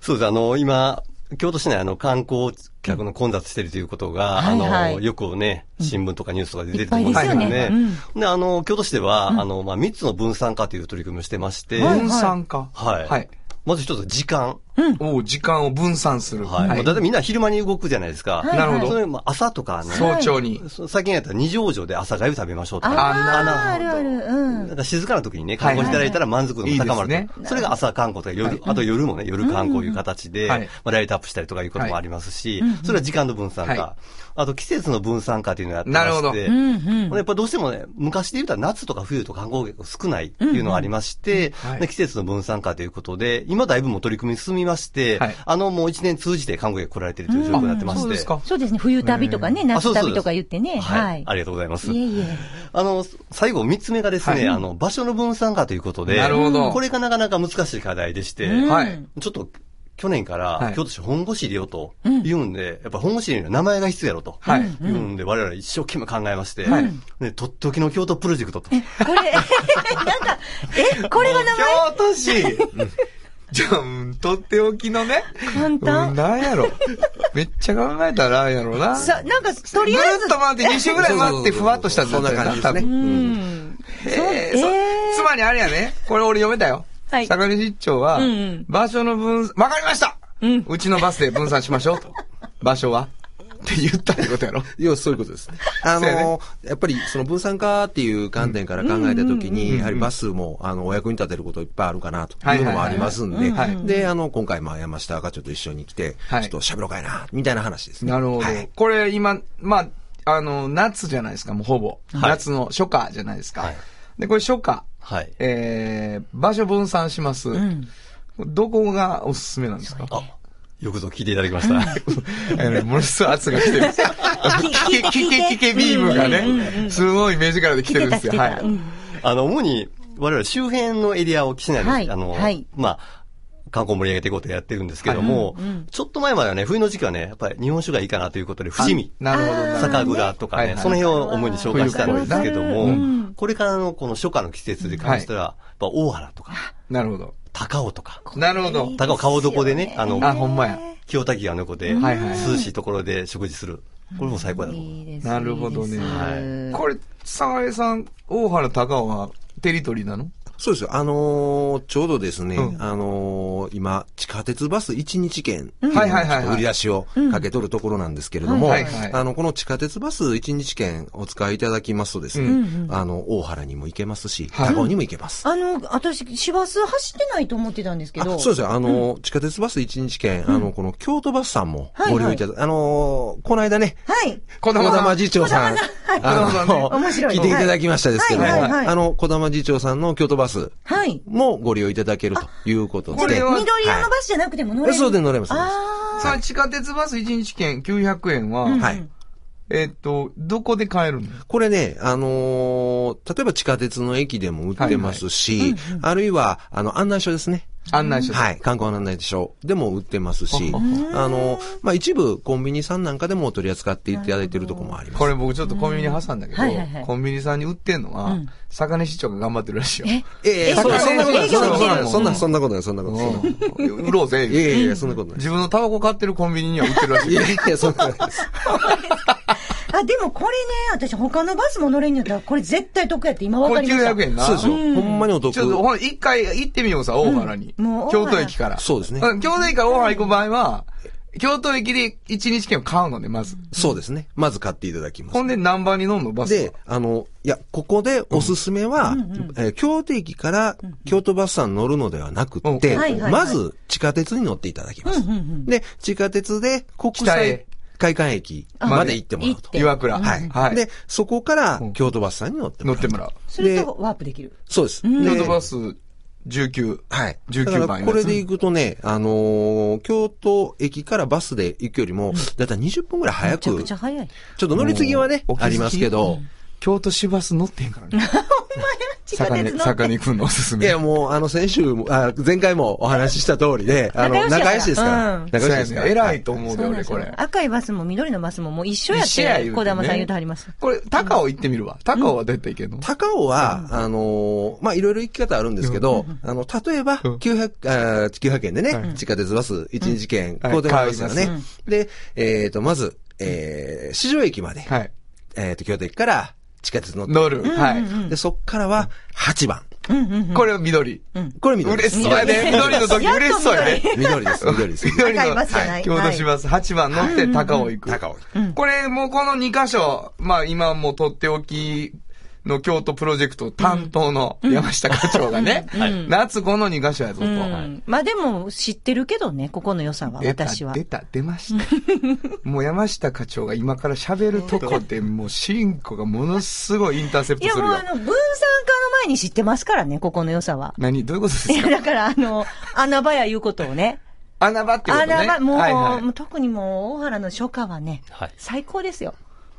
Speaker 6: そうです。あの、今、京都市内、あの、観光客の混雑してるということが、
Speaker 3: はいはい
Speaker 6: あの、よくね、新聞とかニュースとかで出てると思うん
Speaker 2: いっ
Speaker 6: で
Speaker 2: ぱい
Speaker 6: す
Speaker 2: です
Speaker 6: け
Speaker 2: よ
Speaker 6: ど
Speaker 2: ね
Speaker 6: ね。
Speaker 3: う
Speaker 6: で、あの、京都市では、あの、まあ、3つの分散化という取り組みをしてまして、
Speaker 3: はい
Speaker 2: 分散化。
Speaker 6: はいまず一つ、時間。
Speaker 2: お時間を分散する。
Speaker 6: はい。まあだいたいみんな昼間に動くじゃないですか。
Speaker 3: い
Speaker 2: なるほど
Speaker 6: それ、まあ、朝とか、あの、
Speaker 2: 早朝に。
Speaker 6: そ最近やったら二条城で朝粥食べましょうとか。
Speaker 3: あ
Speaker 2: あ
Speaker 3: あ、あるある。うん。
Speaker 6: なんか静かな時にね、観光していただいたら満足度も高まると。
Speaker 2: はいはいはい
Speaker 6: それが朝観光とか夜、あと夜もね、夜観光いう形で、
Speaker 2: はい
Speaker 6: まあ、ライトアップしたりとかいうこともありますし、それは時間の分散化、
Speaker 2: は
Speaker 6: あと季節の分散化というのをやってま
Speaker 2: なるほど
Speaker 6: して、やっぱどうしてもね、昔で言うと夏とか冬とか観光客少ないっていうのがありまして、
Speaker 2: はい
Speaker 6: で季節の分散化ということで、今だいぶもう取り組み進みまして、
Speaker 2: はい
Speaker 6: あのもう一年通じて観光客来られてるという状況になってまして。
Speaker 2: そうですか。
Speaker 3: そうですね。冬旅とかね、夏旅とか言ってね。は
Speaker 6: はいい。。ありがとうございます。
Speaker 3: いえいえ。
Speaker 6: あの、最後、三つ目がですね、
Speaker 2: はい
Speaker 6: あの、場所の分散化ということで、
Speaker 2: なるほど
Speaker 6: これがなかなか難しい課題でして、
Speaker 3: うん
Speaker 2: はい。
Speaker 6: ちょっと、去年か
Speaker 2: はい
Speaker 6: ら、京都市本腰入れようと言うんで、やっぱ本腰入れるには名前が必要やろと
Speaker 2: はい
Speaker 6: 言うんで、我々一生懸命考えまして、
Speaker 2: はい
Speaker 6: ね、とっておきの京都プロジェクトと。
Speaker 3: これ、 なんか、え、これが名前
Speaker 2: 京都市 じゃん、とっておきのね。
Speaker 3: 簡単
Speaker 2: うん、なんやろ。めっちゃ考えたらやろな。
Speaker 3: さ、なんか、とりあえ
Speaker 2: ぐる
Speaker 3: ず
Speaker 2: っと、回って2週ぐらい回ってふわっとした
Speaker 5: そんな感じですね。
Speaker 3: うん。
Speaker 2: えーそ
Speaker 3: えー
Speaker 2: つまりあれやね、これ俺読めたよ。
Speaker 3: はい
Speaker 2: 坂根出張は
Speaker 3: うんうん、
Speaker 2: 場所の分、わかりました
Speaker 3: ん
Speaker 2: うちのバスで分散しましょうと。場所はって言ったってことやろ。
Speaker 5: 要はそういうことですね。あ
Speaker 2: そうやね
Speaker 5: の、やっぱりその分散化っていう観点から考えたときに、やはりバスも、あの、お役に立てることいっぱいあるかなというのもありますん
Speaker 2: はい
Speaker 5: で
Speaker 2: はいはいは、
Speaker 5: で、あの、今回、まあ、山下赤ちょと一緒に来て、ち
Speaker 2: は
Speaker 5: ょ
Speaker 2: い
Speaker 5: っと喋ろうかいな、みたいな話ですね。
Speaker 2: なるほど
Speaker 5: はい。
Speaker 2: これ今、まあ、あの、夏じゃないですか、もうほぼ。夏の初夏じゃないですか
Speaker 6: はい。
Speaker 2: で、これ初夏。
Speaker 6: はい。
Speaker 2: えー、場所分散します。どこがおすすめなんですか
Speaker 6: あ、よくぞ聞いていただきました。
Speaker 2: あのものすごい圧が来てるんですよ。キケ、キケ、キケビームがね、すごい目力で来てるんですよ。
Speaker 3: 来て
Speaker 2: は
Speaker 3: た
Speaker 2: い
Speaker 3: 来てたうん。
Speaker 6: あの、主に、我々周辺のエリアを市内の、
Speaker 3: はい
Speaker 6: あの、
Speaker 3: はい
Speaker 6: まあ、観光盛り上げていこうとやってるんですけども、ちょっと前まではね、冬の時期はね、やっぱり日本酒がいいかなということで、伏見、
Speaker 2: なるほどなるほど。
Speaker 6: 酒蔵とかね、
Speaker 2: はいはい
Speaker 6: その辺を主に紹介したんですけども、
Speaker 2: 冬っぽいですね
Speaker 6: これからのこの初夏の季節で関しては、やっぱ大原とか、
Speaker 2: なるほど。
Speaker 6: 高尾とか、
Speaker 2: なるほど。
Speaker 6: 高尾顔床でね、あの、
Speaker 2: あ、ほんまや。
Speaker 6: 清滝川の横で、
Speaker 2: はいはい
Speaker 6: 涼しいところで食事する。これも最高だと思う。
Speaker 3: いいです
Speaker 2: なるほどね
Speaker 3: いいです
Speaker 6: はい
Speaker 2: これ、沢江さん、大原高尾はテリトリーなの
Speaker 5: そうですよ。あのーちょうどですね、
Speaker 2: うん
Speaker 5: あのー今、地下鉄バス1日券、
Speaker 2: んはいはいはいはい
Speaker 5: 売り出しをかけ取るところなんですけれども、
Speaker 2: はいはい
Speaker 5: あの、この地下鉄バス1日券お使いいただきますとですね、
Speaker 2: うん
Speaker 5: あの、大原にも行けますし、
Speaker 2: はい
Speaker 5: 高尾にも行けます。
Speaker 3: あの、私、市バス走ってないと思ってたんですけ
Speaker 5: あ
Speaker 3: ど。
Speaker 5: そうですよ。あの、地下鉄バス1日券、あの、この京都バスさんも
Speaker 3: はい
Speaker 5: ご利用いただ、あのーこの間ね、
Speaker 3: はい。
Speaker 2: 小
Speaker 5: 小
Speaker 2: 玉さ
Speaker 5: 玉
Speaker 2: ん。
Speaker 5: 次長さん、あの、
Speaker 3: 面白い
Speaker 5: 聞いていただきましたですけども、
Speaker 3: はいはいはい
Speaker 5: あの、小玉次長さんの京都バス
Speaker 3: はい。
Speaker 5: もご利用いただけるということで。
Speaker 2: これは
Speaker 3: 緑色のバスじゃなくても乗れ
Speaker 5: は
Speaker 3: る。
Speaker 5: いそうで乗れます。
Speaker 3: あ
Speaker 2: さあ、地下鉄バス1日券900円は、
Speaker 5: はい。
Speaker 2: えっと、どこで買えるの
Speaker 5: これね、あのー例えば地下鉄の駅でも売ってますし、あるいは、あの、案内所ですね。
Speaker 2: 案内所で。
Speaker 5: はい。観光案内所でも売ってますし、
Speaker 2: う
Speaker 5: あの、まあ、一部コンビニさんなんかでも取り扱っていただいてるところもあります。
Speaker 2: これ僕ちょっとコンビニ挟んだけど
Speaker 3: はいはいはい、
Speaker 2: コンビニさんに売ってんのは、坂根市長が頑張ってるらしいよ。
Speaker 5: ええ、
Speaker 3: え
Speaker 5: そんな、そんなことない、
Speaker 3: 営業して
Speaker 2: る
Speaker 5: そんな、そんなことない、そんなことない、そんなことないそんなことない。
Speaker 2: うん売ろうぜ。
Speaker 5: いやいやいや、そんなことない。
Speaker 2: 自分のタバコ買ってるコンビニには売ってるらしい
Speaker 5: い
Speaker 2: よ。
Speaker 5: やいや、そんなことない です。
Speaker 3: ーあ、でもこれね、私他のバスも乗れんやったら、これ絶対得やって今分
Speaker 2: こ
Speaker 3: か
Speaker 2: れ
Speaker 3: りました。
Speaker 2: 900円な。
Speaker 5: そうですよ。ほんまにお得。
Speaker 2: ちょっとほら、一回行ってみようさ、大原に。
Speaker 3: うんもう大
Speaker 2: 京
Speaker 3: 原
Speaker 2: 都駅から。
Speaker 5: そうですね
Speaker 2: ん京都駅から大原行く場合は、京都駅で1日券を買うのね、まず。
Speaker 5: そうですね。まず買っていただきます
Speaker 2: ほん。で何番に乗んのバスは
Speaker 5: で、あの、いや、ここでおすすめは、えー京都駅から京都バスさんに乗るのではなくって、
Speaker 2: うん
Speaker 3: はいはいはい
Speaker 5: まず地下鉄に乗っていただきます。で、地下鉄で国
Speaker 2: 北
Speaker 5: 際
Speaker 2: へ
Speaker 5: 会館駅まで行ってもらうと。
Speaker 2: 岩倉。
Speaker 5: はい、
Speaker 2: はい。
Speaker 5: で、そこから
Speaker 2: ん
Speaker 5: 京都バスさんに乗って
Speaker 2: 乗
Speaker 5: もら
Speaker 2: っ
Speaker 5: う。
Speaker 2: てもらう。
Speaker 3: それとワープできる。
Speaker 5: そうです。
Speaker 2: 京
Speaker 5: で
Speaker 2: 都バス19。
Speaker 5: はい。
Speaker 2: 19
Speaker 5: だ
Speaker 2: 番
Speaker 5: から
Speaker 2: やつ
Speaker 5: これで行くとね、あのー京都駅からバスで行くよりも、だいたい20分ぐらい早
Speaker 3: めちゃ
Speaker 5: く、
Speaker 3: くち
Speaker 5: ち
Speaker 3: ゃ
Speaker 5: ょっ
Speaker 3: 早い。
Speaker 5: と乗り継ぎはね
Speaker 2: お、気づき
Speaker 5: ありますけど、
Speaker 2: 京都市バス乗ってへんからね。
Speaker 3: 地下
Speaker 2: 坂
Speaker 3: 鉄
Speaker 2: 根、
Speaker 3: 乗って
Speaker 2: 坂。根くんのおすす
Speaker 5: い
Speaker 2: め。
Speaker 5: や、もう、あの、先週も、あ、前回もお話しした通りで、あの、
Speaker 3: 仲
Speaker 5: 仲
Speaker 3: 良
Speaker 5: 良
Speaker 3: し
Speaker 5: し
Speaker 3: で
Speaker 5: ですす
Speaker 3: か
Speaker 5: からら。
Speaker 3: うん
Speaker 5: 仲良しですから。
Speaker 2: 偉いと思う
Speaker 3: そう
Speaker 2: で、
Speaker 3: なん
Speaker 2: 俺、
Speaker 3: です
Speaker 2: これ
Speaker 3: よ。赤いバスも緑のバスももう一緒やっ
Speaker 2: 一緒や言うて
Speaker 3: て、
Speaker 2: ね
Speaker 3: 小玉さん言うてはります。
Speaker 2: これ、高尾行ってみるわ。高尾はどうやって行けんの
Speaker 5: 高尾は、あのーまあ、いろいろ行き方あるんですけど、あの、例えば、
Speaker 2: うん
Speaker 5: 900、あー900円でね、地下鉄バス1日券、
Speaker 2: うん
Speaker 5: こうでもありますよ
Speaker 2: はい買い
Speaker 5: ね。で、えっと、まず、えー、市場駅まで、
Speaker 2: はい。
Speaker 5: えっと、京都駅から地下鉄乗って、
Speaker 2: 乗る。は
Speaker 5: で、そっからは8番。
Speaker 2: い。これは緑。
Speaker 5: これ緑で
Speaker 2: 嬉
Speaker 5: す。
Speaker 2: しそうやね。緑の時
Speaker 3: やっと緑
Speaker 2: 嬉しそうやね。
Speaker 5: 緑です、緑です。
Speaker 2: 緑
Speaker 3: 赤い
Speaker 2: の、
Speaker 3: バスじゃない
Speaker 2: 京都市バス8番乗って高尾行く。
Speaker 5: 高尾。
Speaker 2: これ、もうこの2箇所、まあ今もうとっておきの京都プロジェクト担当の山下課長がね、夏この2箇所やぞと。
Speaker 3: うんまあでも知ってるけどね、ここの良さは、
Speaker 2: 出た
Speaker 3: 私は。
Speaker 2: 出た、出ました。 もう山下課長が今から喋るとこで、もうシンコがものすごいインターセプ
Speaker 3: い
Speaker 2: ト
Speaker 3: や
Speaker 2: する
Speaker 3: もう
Speaker 2: よ
Speaker 3: あ。の、分散化の前に知ってますからね、ここの良さは。
Speaker 2: 何どういうことです
Speaker 3: いや、
Speaker 2: か
Speaker 3: だからあの、穴場や言うことをね。
Speaker 2: 穴場っていうことね。
Speaker 3: 穴場、もう、
Speaker 2: はいはい
Speaker 3: もう特にもう、大原の初夏はね、
Speaker 6: はい
Speaker 3: 最高ですよ。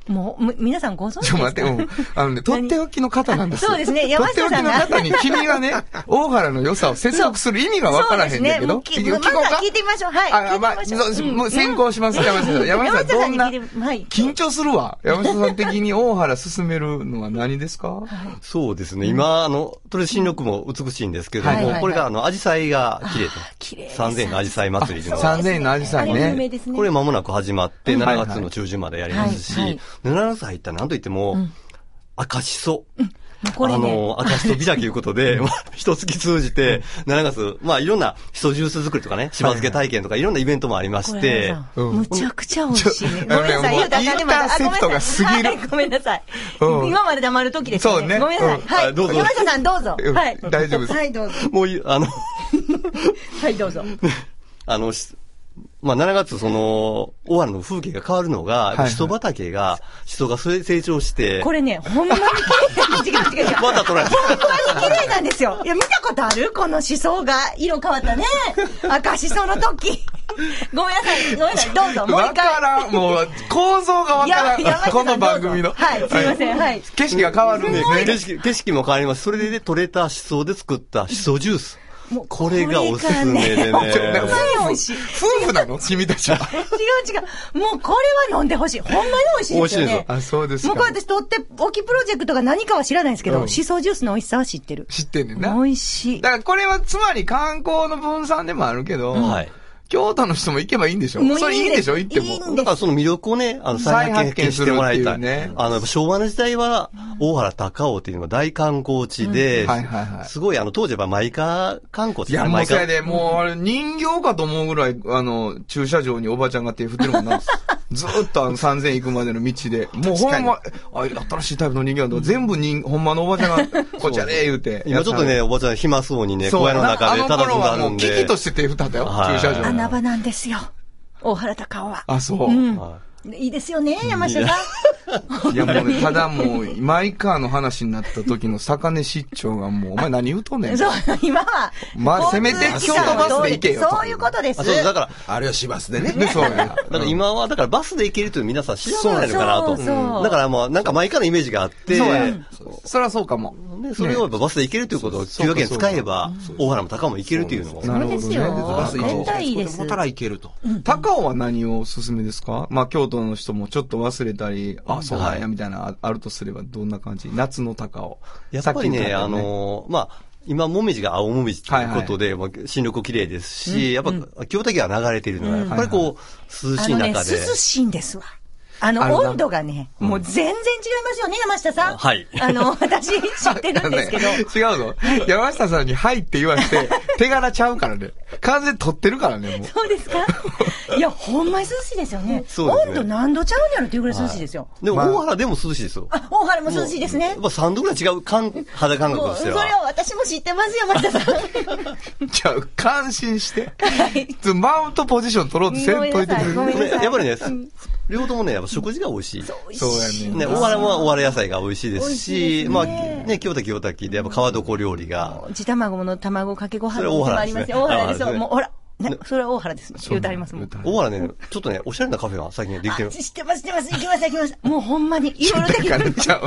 Speaker 3: もう、む皆さんご存知です
Speaker 2: ちょ
Speaker 3: か
Speaker 2: っと待って、うん。あのね、とっておきの方なんですよ。
Speaker 3: そうですね山下さんが
Speaker 2: とっておきの方に、君が ね、大原の良さを説得する意味がわからへんねんけど。
Speaker 3: そうですねもう聞まずは聞いてみましょうはい
Speaker 2: あ、ま
Speaker 3: 聞
Speaker 2: あ、
Speaker 3: いてみましょう
Speaker 2: そう
Speaker 3: うん
Speaker 2: もう先行します、山下さん。山下さん、どんな
Speaker 3: 山下さんに聞いてみはい
Speaker 2: 緊張するわ。山下さん的に大原進めるのは何ですか
Speaker 6: そうですね。今、あの、とりあえず新緑も美しいんですけども、
Speaker 3: はいはいはい
Speaker 6: これが、あの、アジサイが綺麗と。
Speaker 3: 綺麗です
Speaker 6: 3000のアジサイ祭りというのが
Speaker 2: 三千円のアジサイ
Speaker 3: あれ有名
Speaker 2: ね。
Speaker 3: ですね。
Speaker 6: これ間もなく始まって、
Speaker 2: うんはいは
Speaker 6: 7
Speaker 2: い
Speaker 6: 月の中旬までやりますし、
Speaker 3: はいはい
Speaker 6: 7月入ったら何と言っても、赤しそ。
Speaker 3: もうこれ
Speaker 6: あ
Speaker 3: ね
Speaker 6: の、、赤しそ開きいうことで、まあ、一月通じて、7月、まあ、いろんな、しそジュース作りとかね、しば漬け体験とか、いろんなイベントもありま
Speaker 3: こ
Speaker 6: し
Speaker 3: れ
Speaker 6: て
Speaker 3: 山、下さん
Speaker 2: うん
Speaker 3: むちゃくちゃ美味しいね。
Speaker 2: ちょ
Speaker 3: ごめんなさい、
Speaker 2: あのね
Speaker 3: 言うたらあかんねまだ
Speaker 2: インターセプトが過ぎる
Speaker 3: あごめんなさいごめんなさい。
Speaker 2: うん
Speaker 3: 今まで黙る時です
Speaker 2: そうね
Speaker 3: ね。ごめんなさい。
Speaker 2: うん
Speaker 3: は
Speaker 6: あ
Speaker 3: い。
Speaker 6: どうぞ
Speaker 3: 山下さんどうぞ
Speaker 2: うん。
Speaker 3: はい。
Speaker 2: 大丈夫です
Speaker 3: はい、どうぞ。
Speaker 6: もうい、あの、
Speaker 3: はい、どうぞ。
Speaker 6: あの、しまあ、7月、その、大原の風景が変わるのが、
Speaker 2: いはい
Speaker 6: シソ畑が、シソが成成長して、
Speaker 3: これね、ほんまに綺麗。違う違う違う。
Speaker 6: また取られた。
Speaker 3: ほんまに綺麗なんですよ。いや、見たことあるこの思想が。色変わったね。赤思想の時。ごめんなさい。ごめんなさい。どうぞ、もう
Speaker 2: わ
Speaker 3: 一回
Speaker 2: か。らん。もう、構造がわから
Speaker 3: いや山
Speaker 2: ん。
Speaker 3: 下さ
Speaker 2: この
Speaker 3: んどうぞ
Speaker 2: 番組の。
Speaker 3: はい、すいません。はい。
Speaker 2: 景色が変わるんですね。
Speaker 6: 景色、景色も変わります。それで取れたシソで作ったシソジュース。
Speaker 3: もう
Speaker 6: これがおすすめでね
Speaker 3: これがね
Speaker 6: ちょ
Speaker 3: ほんまに美味しい。違う
Speaker 2: 夫婦なの君たちは。
Speaker 3: 違う。もうこれは飲んでほしい。ほんまに美味しいですよ
Speaker 6: 美味しい
Speaker 3: ね
Speaker 6: で。
Speaker 2: あ、そうです
Speaker 3: も
Speaker 2: か。
Speaker 3: うこれ私とっておきプロジェクトが何かは知らないんですけ
Speaker 2: う
Speaker 3: ど、
Speaker 2: ん
Speaker 3: シソジュースの美味しさは知ってる。
Speaker 2: 知ってんねん
Speaker 3: 美
Speaker 2: な。
Speaker 3: 味しい
Speaker 2: だ。からこれはつまり観光の分散でもあるけど、
Speaker 6: はい
Speaker 2: 京都の人も行けばいいんでしょ
Speaker 7: もういいんです
Speaker 2: それいいんでしょ行っても。
Speaker 7: いいん
Speaker 6: だからその魅力をね、あの、
Speaker 2: 再
Speaker 6: 再
Speaker 2: 発
Speaker 6: 発
Speaker 2: 見
Speaker 6: 見してもらいたい。
Speaker 2: するっていうね
Speaker 6: あの、やっぱ昭和の時代は、大原高尾っていうのが大観光地で、
Speaker 2: はいはいはい
Speaker 6: すごい、あの、当時やっぱマイカー観光
Speaker 2: い
Speaker 6: 地
Speaker 2: や、もう
Speaker 6: マイ
Speaker 2: そ
Speaker 6: カ
Speaker 2: れ
Speaker 6: ー。
Speaker 2: で、もうあれ人形かと思うぐらい、あの、駐車場におばちゃんが手振ってるもん な。ずーっとあの3000行くまでの道で。もうほんま、あ、新しいタイプの人形だと全部人、ほんまのおばちゃん が、こっちやれ言うて。
Speaker 6: 今ちょっとね、おばちゃん暇そうにね、小屋の中で
Speaker 2: あ
Speaker 6: ただ
Speaker 2: の頃
Speaker 6: があ
Speaker 2: は
Speaker 6: る
Speaker 2: も
Speaker 6: ん
Speaker 2: う
Speaker 6: で。
Speaker 2: 危機として手振ったんだよ、
Speaker 6: はい
Speaker 2: 駐車場。
Speaker 7: 穴場なんですよ。大原高尾は。
Speaker 2: あ、そう。
Speaker 6: はい
Speaker 7: いいですよね、山下さん。
Speaker 2: いやもうね、ただもう、マイカーの話になった時の坂根市長がもう、お前何言うとんね ん。
Speaker 7: そう、今は。
Speaker 2: まあ
Speaker 7: 交通
Speaker 2: せめて
Speaker 7: 機関
Speaker 2: 京都バスで行けよと
Speaker 7: そういうことです。
Speaker 6: あそうですだから、
Speaker 5: あれは市バスでね。
Speaker 2: で、そうや。
Speaker 6: だから今は、だからバスで行けるという皆さん知らないのかなと。
Speaker 7: そうそうそう
Speaker 6: うんだからもう、なんかマイカーのイメージがあって、
Speaker 2: そうや。そりゃそうかも。
Speaker 6: でそれをやっぱバスで行けるということを、給与券使えば、大原も高尾も行けるというのを。
Speaker 2: なるほど
Speaker 7: です
Speaker 2: ね。
Speaker 7: よ
Speaker 5: バス一
Speaker 7: 絶対いいです
Speaker 5: そこでもたら行けると。
Speaker 2: 高尾は何をおすすめですかまあ、京都の人もちょっと忘れたり、あ、そうなん
Speaker 6: は
Speaker 2: や、
Speaker 6: い
Speaker 2: みたいな、ああるとすればどんな感じ夏の高尾。
Speaker 6: やっぱりね、
Speaker 2: さき言った
Speaker 6: あ
Speaker 2: よね、
Speaker 6: のーまあ、今、もみじが青もみじということで、まあ、新緑綺麗ですし、やっぱ、京都駅が流れているのは、やっぱりこう、涼
Speaker 7: あ
Speaker 6: しい
Speaker 7: のね、
Speaker 6: 中で。
Speaker 7: 涼しいんですわ。あの
Speaker 2: あるな
Speaker 7: 温度がね、もう全然違いますよね、山下さん。
Speaker 6: はい
Speaker 7: あの、私知ってるんです けど。
Speaker 2: あのね違うぞ。山下さんにはいって言わして、手柄ちゃうからね。完全に取ってるからね、もう。
Speaker 7: そうです かいや、ほんまに涼しいですよね。
Speaker 6: そうですね
Speaker 7: 温度何度ちゃうんやろっていうぐらい涼しいですよ。
Speaker 6: でも、
Speaker 2: まあ
Speaker 6: 大原でも涼しいですよ。
Speaker 7: あ、大原も涼しいですね
Speaker 6: やっ。ぱ3度ぐらい違う感肌感覚
Speaker 7: も
Speaker 6: と
Speaker 7: う、
Speaker 6: し
Speaker 7: そ
Speaker 6: て
Speaker 7: れ
Speaker 6: は。
Speaker 7: は私も知ってますよ、山下 さん。
Speaker 2: じゃあ、感心して。マウントポジション取ろうとせんといてくれる
Speaker 7: ごめんなさい。
Speaker 6: やっぱりね、両方ともね、やっぱ食事が美味しい。
Speaker 2: そうやね。
Speaker 6: ね、大原は大原野菜が美味しいで
Speaker 7: 美
Speaker 6: す
Speaker 7: 味しい
Speaker 6: し、
Speaker 7: ですね
Speaker 6: まあ、ね、京滝京滝で、やっぱ川床料理が。
Speaker 7: 地卵の卵かけご飯
Speaker 6: それ
Speaker 7: の
Speaker 6: 大
Speaker 7: もあ
Speaker 6: 原
Speaker 7: り
Speaker 6: です
Speaker 7: ます
Speaker 6: ね
Speaker 7: よ。大原です
Speaker 6: あそうです
Speaker 7: よ。
Speaker 6: ね
Speaker 7: もう、ほら。ね、それは大原です。言うてありますもん。
Speaker 6: 大原ね、ちょっとね、おしゃれなカフェが最近でき て
Speaker 7: あ
Speaker 6: る。
Speaker 7: 知ってます、知ってます。行きました、行きました。もうほんまに、いろいろ
Speaker 2: だ
Speaker 7: 敵
Speaker 2: からちゃう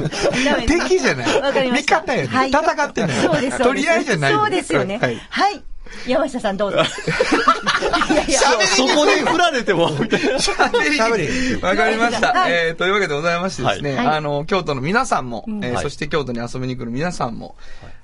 Speaker 7: ダメ。です
Speaker 2: 敵じゃない。
Speaker 7: わかりました。
Speaker 2: 味方やね。
Speaker 7: はい
Speaker 2: 戦ってない。
Speaker 7: そうです、そう
Speaker 2: 取
Speaker 7: です
Speaker 2: り合いじゃない。
Speaker 7: そうですよね。
Speaker 2: は
Speaker 7: はいい。山下さんどう ぞ。いやいや、
Speaker 6: そこで振られて も、みたいな。
Speaker 2: 喋り。わかりました。
Speaker 7: はい
Speaker 2: えー、というわけでございましてですね、
Speaker 7: はい
Speaker 2: あの、京都の皆さんも、えー
Speaker 6: はい
Speaker 2: そして京都に遊びに来る皆さんも、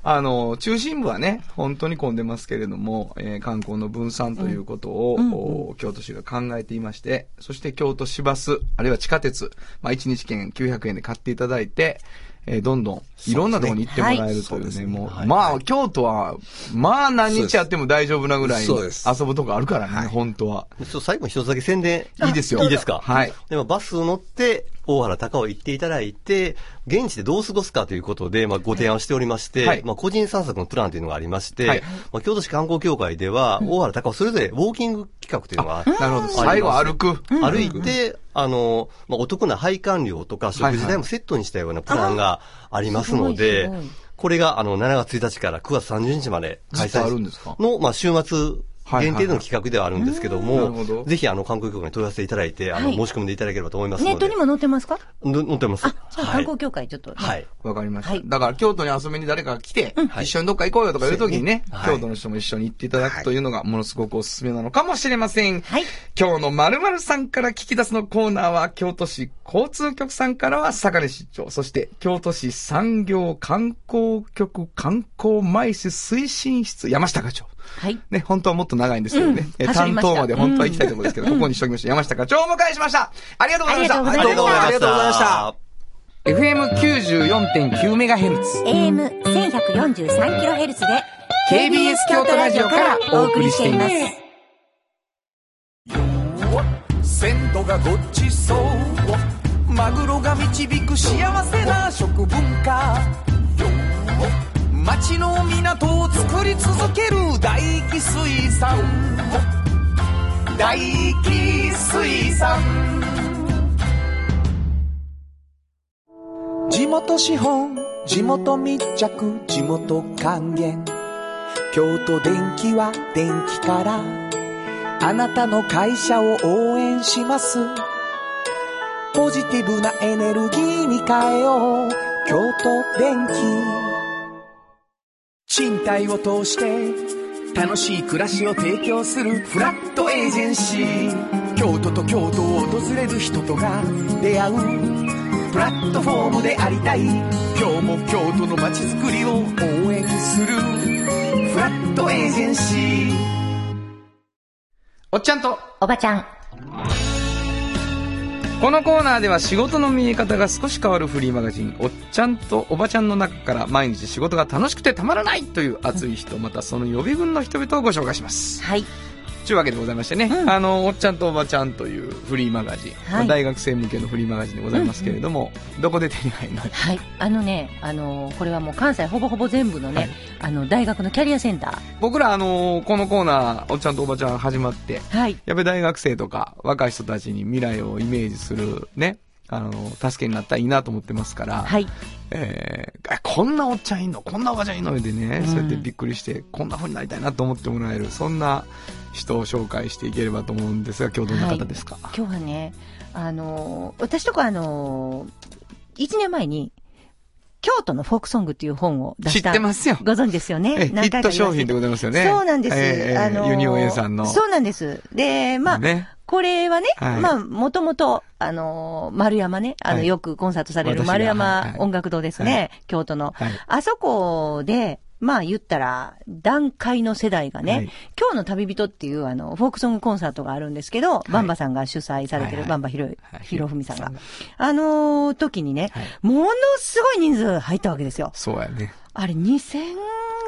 Speaker 2: あの、中心部はね、本当に混んでますけれども、えー観光の分散ということを、お京都市が考えていまして、そして京都市バス、あるいは地下鉄、まあ、1日券900円で買っていただいて、えーどんどん、いろんなところに行ってもらえるというね、もう、まあ、京都は、まあ、何日あっても大丈夫なぐらい、遊
Speaker 5: そうです
Speaker 2: ぶとこあるからね、本当は。
Speaker 6: ちょっと最後に一つだけ宣伝。
Speaker 2: いいですよ
Speaker 6: いいですか
Speaker 2: はい。
Speaker 6: でもバスを乗って、大原高尾行っていただいて、現地でどう過ごすかということで、まあ、ご提案をしておりまして、
Speaker 2: はい
Speaker 6: まあ、個人散策のプランというのがありまして、
Speaker 2: はい
Speaker 6: まあ、京都市観光協会では、大原高尾それぞれウォーキング企画というのがあ
Speaker 2: なるほど。最後歩く。
Speaker 6: 歩いて、あの、まあ、お得な配管料とか食事代もセットにしたようなプランがありますの
Speaker 7: あ
Speaker 6: で
Speaker 7: すごいすごい、
Speaker 6: これがあの7月1日から9月30日まで開
Speaker 2: ずっとあ
Speaker 6: 催
Speaker 2: るんですか
Speaker 6: の、まあ、週末
Speaker 2: はい
Speaker 6: 限定での企画ではあるんですけど
Speaker 2: うんなるほど
Speaker 6: も、ぜひあの観光局に問い合わせていただいて、あの、
Speaker 7: はい
Speaker 6: 申し込んでいただければと思いますの
Speaker 7: ネ
Speaker 6: で。
Speaker 7: ットにも載ってますか
Speaker 6: の載ってます。
Speaker 7: あ、じゃあ
Speaker 6: は
Speaker 7: 観
Speaker 6: い
Speaker 7: 光協会ちょっとね。
Speaker 6: はい。
Speaker 2: わかりました。
Speaker 7: はい
Speaker 2: だから、京都に遊びに誰かが来て、一緒にどっか行こうよとかいう時にね、
Speaker 6: はい
Speaker 2: 京都の人も一緒に行っていただくというのが、ものすごくおすすめなのかもしれません。
Speaker 7: はい
Speaker 2: 今日の〇〇さんから聞き出すのコーナーは、京都市交通局さんからは、坂根市長、そして、京都市産業観光局観光舞市推進室、山下課長。
Speaker 7: はい。
Speaker 2: ね、本当はもっと長いんですけどね。え
Speaker 7: 走りま
Speaker 2: 担
Speaker 7: した
Speaker 2: 当まで本当は行きたいところですけど、ここにしときました。山下課長をお迎えしました。ありがとうございました。
Speaker 7: ありがとうございました
Speaker 2: はどうもありがとうございました。
Speaker 6: あ
Speaker 2: FM94.9 メガヘルツ。
Speaker 3: AM1143kHz で
Speaker 2: KBS 京都ラジオからお送りしています。
Speaker 4: 鮮度がごちそうマグロが導く幸せな食文化町の港を作り続ける大気水産大気水産地元資本地元密着地元還元京都電気は電気からあなたの会社を応援します。ポジティブなエネルギーに変えよう。京都電気。賃貸を通して楽しい暮らしを提供するフラットエージェンシー。京都と京都を訪れる人とが出会う。プラットフォームでありたい。今日も京都の街づくりを応援する。フラットエージェンシー。
Speaker 2: おっちゃんと
Speaker 3: おばちゃん。
Speaker 2: このコーナーでは仕事の見え方が少し変わるフリーマガジン、おっちゃんとおばちゃんの中から毎日仕事が楽しくてたまらないという熱い人、またその予備軍の人々をご紹介します。
Speaker 3: はい。
Speaker 2: というわけでございましてね、あの、おっちゃんとおばちゃんというフリーマガジン、
Speaker 3: はい
Speaker 2: まあ大学生向けのフリーマガジンでございますけれども、どこで手に入るの
Speaker 3: はい。あのね、あのーこれはもう関西ほぼほぼ全部のね、あの、大学のキャリアセンタ
Speaker 2: 僕らあの、このコーナー、おっちゃんとおばちゃん始まって、
Speaker 3: ー。はい。
Speaker 2: やっぱり大学生とか若い人たちに未来をイメージするね、あの、助けになったらいいなと思ってますから、
Speaker 3: はい。
Speaker 2: えーあこんなおっちゃんいんのこんなおばちゃんいんのでね、
Speaker 3: うん
Speaker 2: そうやってびっくりして、こんな風になりたいなと思ってもらえる、そんな人を紹介していければと思うんですが、今日どんな方ですか、
Speaker 3: 今日はね、あのー私とかあのー、1年前に、京都のフォークソングっていう本を出
Speaker 2: 知
Speaker 3: し。
Speaker 2: ったてますよ。
Speaker 3: ご存知ですよ
Speaker 2: え
Speaker 3: ね。
Speaker 2: ヒット商品でご
Speaker 3: ざい
Speaker 2: ざいますよね。
Speaker 3: そうなんです。
Speaker 2: えー
Speaker 3: ー
Speaker 2: ユニオン A さんの。
Speaker 3: そうなんです。で、まあ、
Speaker 2: ね。
Speaker 3: これはね、
Speaker 2: はい
Speaker 3: まあ、もともと、あのー丸山ね、あの、
Speaker 2: はい
Speaker 3: よくコンサートされる
Speaker 2: 私が
Speaker 3: 丸
Speaker 2: はい
Speaker 3: 山
Speaker 2: はい
Speaker 3: 音楽堂ですね、京都の。
Speaker 2: はい。
Speaker 3: あそこで、まあ言ったら、段階の世代がね、
Speaker 2: はい
Speaker 3: 今日の旅人っていうあの、フォークソングコンサートがあるんですけど、バンバさんが主催されて
Speaker 2: はいは
Speaker 3: る、
Speaker 2: い
Speaker 3: バンバひろ、ひろふみさんが。あのー時にね、
Speaker 2: はい
Speaker 3: ものすごい人数入ったわけですよ。
Speaker 2: そうやね。
Speaker 3: あれ2000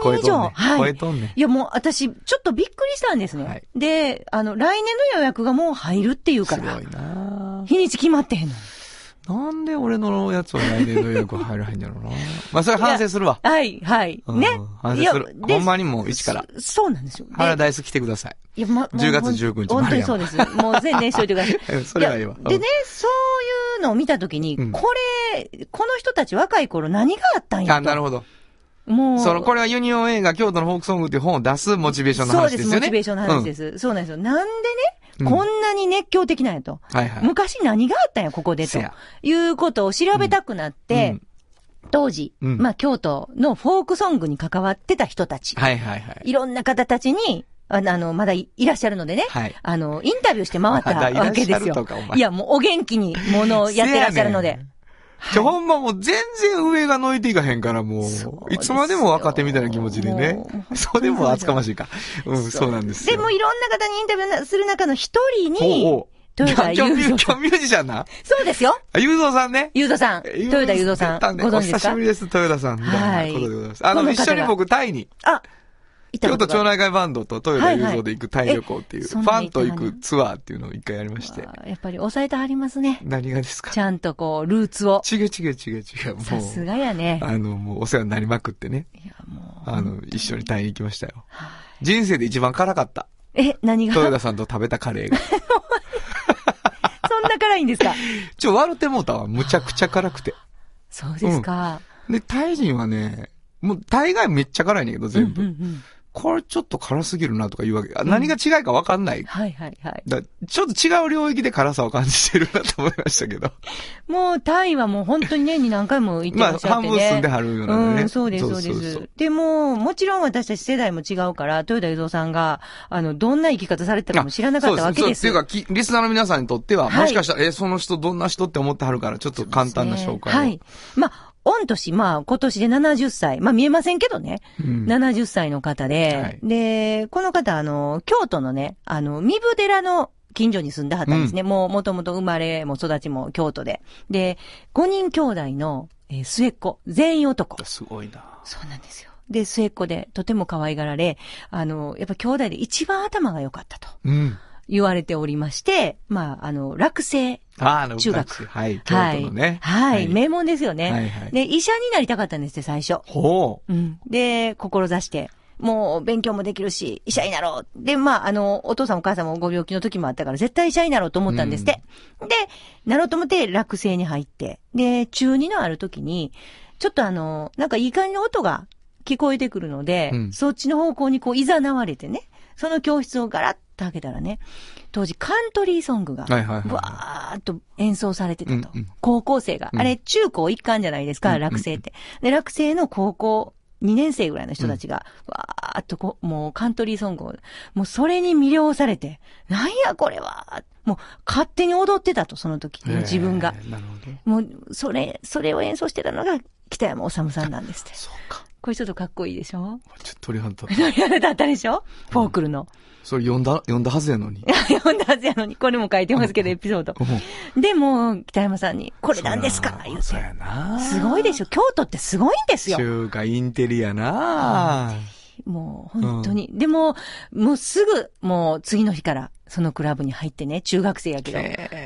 Speaker 2: 超え
Speaker 3: 以
Speaker 2: とん
Speaker 3: 上。
Speaker 2: ね。超えとんね。
Speaker 3: いやもう私、ちょっとびっくりしたんですね。
Speaker 2: はい
Speaker 3: で、あの、来年の予約がもう入るっていう
Speaker 2: す
Speaker 3: か
Speaker 2: ご
Speaker 3: ら
Speaker 2: い、な
Speaker 3: 日にち決まってへんのに。
Speaker 2: なんで俺のやつは来年の予約入らへん やろうな。まあ、それ反省するわ。
Speaker 3: はい、はい。
Speaker 2: うん
Speaker 3: ね。
Speaker 2: 反省する。ほんまにもう一から。
Speaker 3: そそうなんですよ。で
Speaker 2: 原ダイス来てください。
Speaker 3: いや、ま、もう
Speaker 2: 10月19日
Speaker 3: 本当にそうです。もう全年しといてくださ
Speaker 2: え
Speaker 3: い。
Speaker 2: それはいいわ
Speaker 3: やでね、そういうのを見たときに、
Speaker 2: うん
Speaker 3: これ、この人たち若い頃何があったんやと。
Speaker 2: あ、なるほど。
Speaker 3: ど。もう。
Speaker 2: その、こ
Speaker 3: れ、
Speaker 2: れはユニオン映画、京都のフォークソングっていう本を出すモチベーションの
Speaker 3: そう
Speaker 2: 話
Speaker 3: で
Speaker 2: です
Speaker 3: す、
Speaker 2: よ
Speaker 3: モ
Speaker 2: ね。。
Speaker 3: チベーションの話ですす。そうなんですよ。なんで
Speaker 2: うん
Speaker 3: ね、こんなに熱狂的なんやと。
Speaker 2: はいはい。
Speaker 3: 昔何があったんや、ここでと
Speaker 2: せや。
Speaker 3: いうことを調べたくなって、当時、
Speaker 2: うん
Speaker 3: まあ、京都のフォークソングに関わってた人たち。
Speaker 2: はいはいはい。
Speaker 3: いろんな方たちに、あの、あのまだいいらっしゃるのでね、
Speaker 2: はい
Speaker 3: あの、インタビューして回った
Speaker 2: まだいらっしゃる
Speaker 3: わけですよ
Speaker 2: とかお。前
Speaker 3: いや、もうお元気にものをやってらっしゃるの
Speaker 2: せや
Speaker 3: で
Speaker 2: ね。ちょ、ほんまもう全然上がのいていかへんから、も
Speaker 3: そう
Speaker 2: う、
Speaker 3: で
Speaker 2: い
Speaker 3: す
Speaker 2: つ
Speaker 3: よ
Speaker 2: までも若手みたいな気持ちで
Speaker 3: も
Speaker 2: ね
Speaker 3: うもう本当。に
Speaker 2: そうでも厚かましいか。うん、そうなんですよ。
Speaker 3: でもいろんな方にインタビューなする中の一人
Speaker 2: おうお
Speaker 3: に
Speaker 2: う、
Speaker 3: 豊田
Speaker 2: 今日今日
Speaker 3: 雄三さん。
Speaker 2: ミュージシャンな。
Speaker 3: そうですよ。
Speaker 2: あ、雄三さんね。
Speaker 3: 雄三さん。豊田雄三さん。
Speaker 2: ね
Speaker 3: ご
Speaker 2: お
Speaker 3: 存知です
Speaker 2: 久し
Speaker 3: か
Speaker 2: ぶりです、豊田さん。みたいなことでございます。あ
Speaker 3: こ
Speaker 2: の、
Speaker 3: の方
Speaker 2: 一
Speaker 3: が
Speaker 2: 緒に僕、タイに。
Speaker 3: あ、いた
Speaker 2: 京
Speaker 3: ことがあ
Speaker 2: 都町
Speaker 3: る
Speaker 2: 内会バンドと豊田雄三で行くタイ旅行っていう、
Speaker 3: はいはいえ
Speaker 2: ファンと行くツアーっていうのを一回やりまして。
Speaker 3: あやっぱり抑えてはりますね。
Speaker 2: 何がですか
Speaker 3: ちゃんとこう、ルーツを。
Speaker 2: 違う違う違う違う。もう、
Speaker 3: さすがやね。
Speaker 2: あの、もうお世話になりまくってね。
Speaker 3: いや、もう。
Speaker 2: あの、一緒にタイに行きましたよ。人生で一番辛 かった。
Speaker 3: え、何がそ
Speaker 2: 豊
Speaker 3: んな
Speaker 2: 田さんと食べたカレーが。
Speaker 3: 辛いんです か
Speaker 2: ちょ、悪手もうたわ。むちゃくちゃ辛くて。
Speaker 3: そうですか。
Speaker 2: で、タイ人はね、もう大概めっちゃ辛いんだけど、全部。
Speaker 3: うんうん。
Speaker 2: これちょっと辛すぎるなとか言うわけ。あ何が違いかわかんない。
Speaker 3: はいはいはい。
Speaker 2: だちょっと違う領域で辛さを感じてるなと思いましたけど。
Speaker 3: もうタイはもう本当に年に何回も行って
Speaker 2: ま
Speaker 3: ら
Speaker 2: あ、
Speaker 3: っしゃっ
Speaker 2: 半
Speaker 3: てね。
Speaker 2: 分住んではるようなね。
Speaker 3: うん、そうです、そうです。
Speaker 2: そう
Speaker 3: でも、もちろん私たち世代も違うから、豊田雄三さんが、あの、どんな生き方されてたかも知らなかったわけです。
Speaker 2: そうっていうかき、リスナーの皆さんにとっては、
Speaker 3: はい
Speaker 2: もしかしたら、え、その人どんな人って思ってはるから、ちょっと簡単な紹介を。
Speaker 3: はい。まあ、御年、まあ、今年で70歳。まあ、見えませんけどね。
Speaker 2: うん
Speaker 3: 70歳の方で、
Speaker 2: はい
Speaker 3: で、この方、あの、京都のね、あの、三部寺の近所に住んではったんですね。もう、もともと生まれも育ちも京都で。で、5人兄弟の、えー末っ子、全員男。
Speaker 2: すごいな。
Speaker 3: そうなんですよ。で、末っ子で、とても可愛がられ、あの、やっぱ兄弟で一番頭が良かったと
Speaker 2: うん。
Speaker 3: 言われておりまして、まあ、あの、落成。
Speaker 2: ああ、の
Speaker 3: 中学
Speaker 2: はい、京都のね。
Speaker 3: はい。はい。名門ですよね。
Speaker 2: はいはい
Speaker 3: で、医者になりたかったんですって、最初。
Speaker 2: ほう。
Speaker 3: うん。で、志して。もう、勉強もできるし、医者になろう。で、まあ、あの、お父さんお母さんもご病気の時もあったから、絶対医者になろうと思ったんですって。で、なろうと思って、落成に入って。で、中二のある時に、ちょっとあの、なんかいい感じの音が聞こえてくるので、
Speaker 2: うん
Speaker 3: そっちの方向にこう、誘われてね、その教室をガラッと開けたらね、当時カントリーソングが、
Speaker 2: はいはいはい
Speaker 3: ぶわーっと演奏されてたと。
Speaker 2: うんうん
Speaker 3: 高校生が。
Speaker 2: うん
Speaker 3: あれ、中高一貫じゃないです
Speaker 2: うん
Speaker 3: か、
Speaker 2: うんうん
Speaker 3: 落成って。で、落成の高校2年生ぐらいの人たちが、わーっとこう、もうカントリーソングを、もうそれに魅了されて、なんやこれはもう勝手に踊ってたと、その時、自分が
Speaker 2: え。ーなるほど。
Speaker 3: もう、それ、それを演奏してたのが北山治さんなんですって。
Speaker 2: そうか。
Speaker 3: これちょっとかっこいいでしょ
Speaker 2: ちょっと鳥肌立った。
Speaker 3: ノリアルだったでしょフォークルの。
Speaker 2: それ読んだ、読んだはずやの に。
Speaker 3: 読んだはずやのに、これも書いてますけど、エピソード。でも、北山さんに、これなんですか言う
Speaker 2: そう
Speaker 3: て。
Speaker 2: やな
Speaker 3: すごいでしょ京都ってすごいんですよ。
Speaker 2: 中華インテリやな
Speaker 3: もう、本当に。でも、もうすぐ、もう次の日から、そのクラブに入ってね、中学生やけど、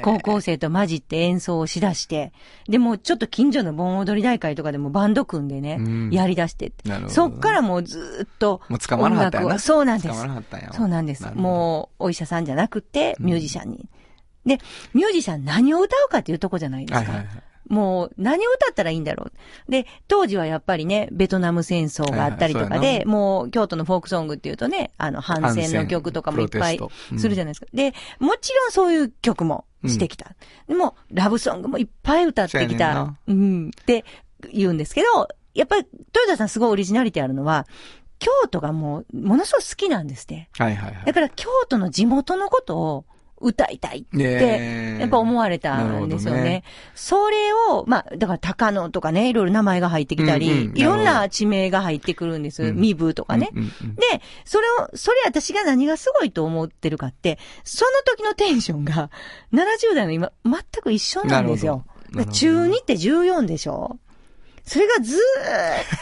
Speaker 3: 高校生と混じって演奏をしだして、でもうちょっと近所の盆踊り大会とかでもバンド組んでね、
Speaker 2: うん
Speaker 3: やりだしてって
Speaker 2: なるほど
Speaker 3: そっからもうずーっと
Speaker 2: もう捕まらなかったんやな
Speaker 3: 音楽をそうなんで
Speaker 2: 捕まらなかったんやわ
Speaker 3: す。そうなんです
Speaker 2: な。るほど
Speaker 3: もう、お医者さんじゃなくて、ミュージシャンに。で、ミュージシャン何を歌うかっていうとこじゃないです
Speaker 2: はいはい
Speaker 3: か
Speaker 2: はい。
Speaker 3: もう何を歌ったらいいんだろう。で、当時はやっぱりね、ベトナム戦争があったりと
Speaker 2: はい
Speaker 3: か
Speaker 2: はいそうや
Speaker 3: で、もう京都のフォークソングっていうとね、あの反戦の曲とかもいっぱい
Speaker 2: 反戦プロテスト
Speaker 3: するじゃないですか。で、もちろんそういう曲もしてきた。でも、ラブソングもいっぱい歌ってき
Speaker 2: そうやねんな
Speaker 3: た。うん。って言うんですけど、やっぱり豊田さんすごいオリジナリティあるのは、京都がもう、ものすごく好きなんですって。
Speaker 2: はいはいは
Speaker 3: だ
Speaker 2: い。
Speaker 3: から京都の地元のことを歌いたいって
Speaker 2: ねえ、
Speaker 3: やっぱ思われたんですよ
Speaker 2: なるほ
Speaker 3: ね。
Speaker 2: どね
Speaker 3: それを、まあ、だから高野とかね、いろいろ名前が入ってきたり、
Speaker 2: うんうん
Speaker 3: いろんな地名が入ってくるんです。
Speaker 2: うん
Speaker 3: 身分とかね。
Speaker 2: うんうん
Speaker 3: で、それを、それ私が何がすごいと思ってるかって、その時のテンションが、70代の今、全く一緒なんですよ。
Speaker 2: なるほどなるほど
Speaker 3: 中2って14でしょそれがず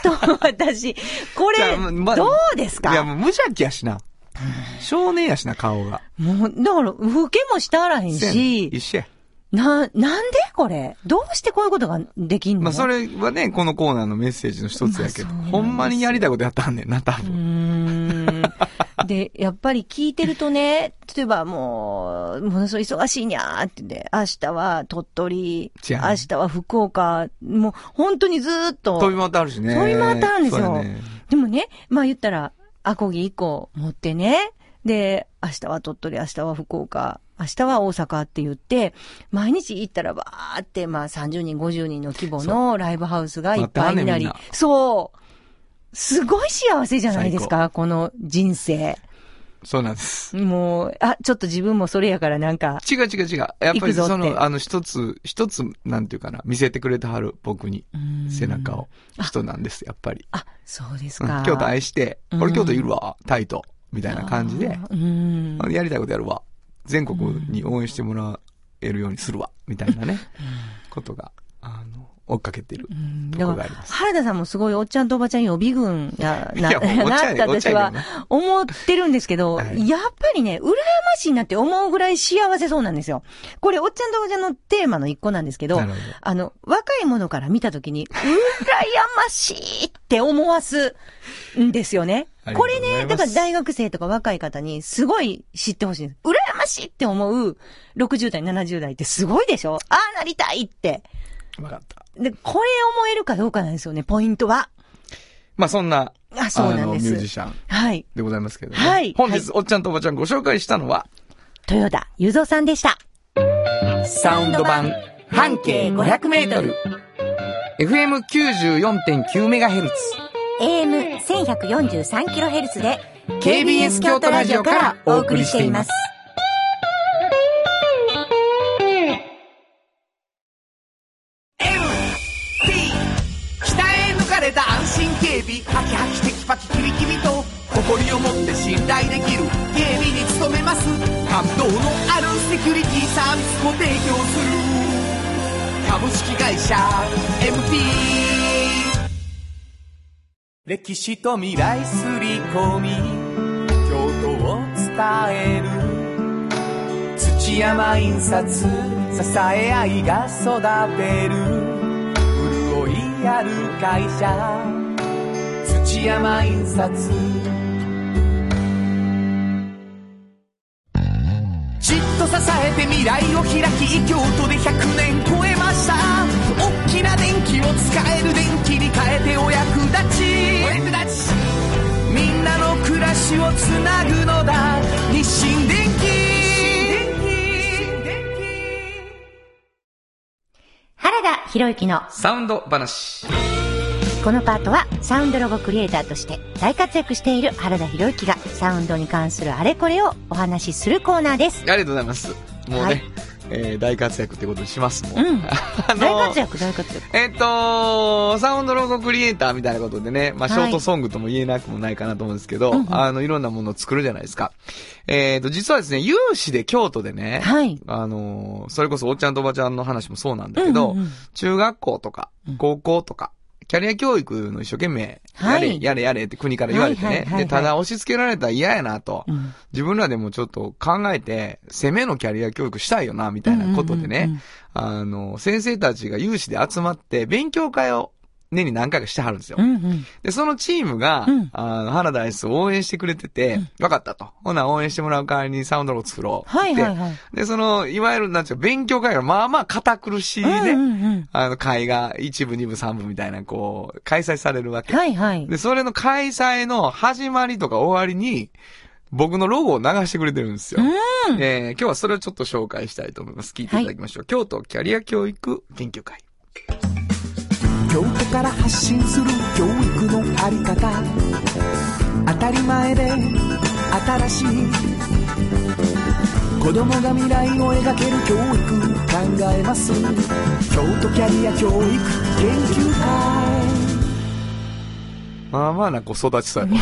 Speaker 3: ーっと私、こ
Speaker 2: じゃ
Speaker 3: れ、
Speaker 2: あま
Speaker 3: どうですか
Speaker 2: いや、もう無邪気やしな。少年やしな、顔が。
Speaker 3: もう、だから、老けもしたあらへん
Speaker 2: せやね
Speaker 3: し
Speaker 2: 一、緒や。
Speaker 3: な、なんでこれどうしてこういうことができんの
Speaker 2: まあ、それはね、このコーナーのメッセージの一つやけ
Speaker 3: まあそうな
Speaker 2: ど、
Speaker 3: んです
Speaker 2: ほんまにやりたいことやったんねんな、多
Speaker 3: うー
Speaker 2: 分。
Speaker 3: んで、やっぱり聞いてるとね、例えばもう、ものすごい忙しいにゃーってね、明日は鳥取、
Speaker 2: じ
Speaker 3: 明
Speaker 2: ゃあ
Speaker 3: 日は福岡、もう本当にずーっと。
Speaker 2: 飛び回ってあるしね。
Speaker 3: 飛び回ってあるんです
Speaker 2: そう
Speaker 3: よ。
Speaker 2: やね
Speaker 3: でもね、まあ言ったら、アコギ1個持ってね、で、明日は鳥取、明日は福岡、明日は大阪って言って、毎日行ったらばーって、まあ30人、50人の規模のライブハウスがいっぱいになり
Speaker 2: 待ってはんねんみん、
Speaker 3: そう。すごい幸せじゃないですか、この人生。
Speaker 2: そうなんです。
Speaker 3: もう、あ、ちょっと自分もそれやからなんか、
Speaker 2: 違う違う違う。やっ
Speaker 3: 行
Speaker 2: ぱ
Speaker 3: く
Speaker 2: り
Speaker 3: ぞって
Speaker 2: その、あの、一つ、一つ、なんていうかな、見せてくれてはる、僕に、背中を、人なんです、やっぱり。
Speaker 3: あ、そうです
Speaker 2: う
Speaker 3: か
Speaker 2: ん。京都愛して、
Speaker 3: ん
Speaker 2: 俺京都いるわ、タイと、みたいな感じで、
Speaker 3: うん。
Speaker 2: やりたいことやるわ、全国に応援してもらえるようにするわ、みたいなね、ことが、あの、追っかけてるとこ
Speaker 3: だ
Speaker 2: が
Speaker 3: か
Speaker 2: あ
Speaker 3: ら
Speaker 2: りま、す。
Speaker 3: 原田さんもすごいおっちゃんとおばちゃん予備軍やな、
Speaker 2: いやもう
Speaker 3: や な
Speaker 2: おっちゃんや
Speaker 3: って
Speaker 2: おっち
Speaker 3: 私
Speaker 2: ゃんや
Speaker 3: は
Speaker 2: けど
Speaker 3: 思ってるんですけど、
Speaker 2: はい
Speaker 3: やっぱりね、羨ましいなって思うぐらい幸せそうなんですよ。これ、おっちゃんとおばちゃんのテーマの一個なんですけど、
Speaker 2: なるほど
Speaker 3: あの、若い者から見たときに、羨ましいって思わすんですよね
Speaker 2: あ。りが
Speaker 3: こと
Speaker 2: う
Speaker 3: れね、だ
Speaker 2: ございます
Speaker 3: から大学生とか若い方にすごい知ってほしいんです。羨ましいって思う60代、70代ってすごいでしょああなりたいって。
Speaker 2: わかった。
Speaker 3: で、これ思えるかどうかなんですよね、ポイントは。
Speaker 2: まあ、そんな、
Speaker 3: あそうなんです
Speaker 2: の、ミュージシャン
Speaker 3: はい。
Speaker 2: でございますけどね。
Speaker 3: はい
Speaker 2: 本
Speaker 3: は
Speaker 2: 日
Speaker 3: い、
Speaker 2: おっちゃんとおばちゃんご紹介したのは、
Speaker 3: 豊田雄三さんでした。
Speaker 2: サウンド版半径500メートル。FM94.9 メガヘルツ。
Speaker 3: AM1143kHz で
Speaker 2: KBS 京都ラジオからお送りしています。
Speaker 4: 鍛え抜かれた安心警備ハキハキテキパキキビキビと誇りを持って信頼できる警備に努めます感動のあるセキュリティサービスも提供する株式会社 MT 歴史と未来すり込み京都を伝える土山印刷支え合いが育てる潤いある会社土山印刷じっと支えて未来を開き京都で100年超えました大きな電気を使える電気に変えてお役立ちお役立ちみんなの暮らしをつなぐのだ日清電気
Speaker 8: 原田博之の
Speaker 2: サウンド話。
Speaker 8: このパートはサウンドロゴクリエイターとして大活躍している原田博之がサウンドに関するあれこれをお話しするコーナーです。
Speaker 2: ありがとうございます。もうね、
Speaker 8: はい
Speaker 2: えー大活躍ってことにしますもん。
Speaker 7: うん。
Speaker 2: あのー
Speaker 7: 大活躍、大活躍。
Speaker 2: えっと、サウンドロゴクリエイターみたいなことでね、まあ、シ
Speaker 7: はい
Speaker 2: ョートソングとも言えなくもないかなと思うんですけど、
Speaker 7: うんうん
Speaker 2: あの、いろんなものを作るじゃないですか。えっ、と、実はですね、有志で京都でね、
Speaker 7: はい。
Speaker 2: あのーそれこそおっちゃんとおばちゃんの話もそうなんだけど、
Speaker 7: うんうんうん
Speaker 2: 中学校とか
Speaker 7: うん、
Speaker 2: 高校とか、キャリア教育の一生懸命、
Speaker 7: は
Speaker 2: や
Speaker 7: い
Speaker 2: れ、やれやれって国から言われて
Speaker 7: はいはいは
Speaker 2: ね
Speaker 7: いは。い
Speaker 2: で、ただ押し付けられたら嫌やなと。
Speaker 7: うん
Speaker 2: 自分らでもちょっと考えて、攻めのキャリア教育したいよな、みたいなことでね。
Speaker 7: うんうんうん
Speaker 2: あの、先生たちが有志で集まって、勉強会を年に何回かしてはるんですよ。
Speaker 7: うんうん
Speaker 2: で、そのチームが、
Speaker 7: うん
Speaker 2: あの、原田アイスを応援してくれてて、分かったと。ほな、応援してもらう代わりにサウンドロゴ作ろう。
Speaker 7: はい
Speaker 2: って
Speaker 7: はいはい。
Speaker 2: で、その、いわゆる、なんていうか、勉強会がまあまあ堅苦しいね、
Speaker 7: うんうんうん
Speaker 2: あの、会が一部、二部、三部みたいな、こう、開催されるわけ。
Speaker 7: はいはい。
Speaker 2: で、それの開催の始まりとか終わりに、僕のロゴを流してくれてるんですよ。えー今日はそれをちょっと紹介したいと思います。聞いていただきましょう。京都キャリア教育研究会。
Speaker 4: 京都から発信する教育のあり方当たり前で新しい子供が未来を描ける教育考えます京都キャリア教育研究会
Speaker 2: まあまあな子育ちさえも。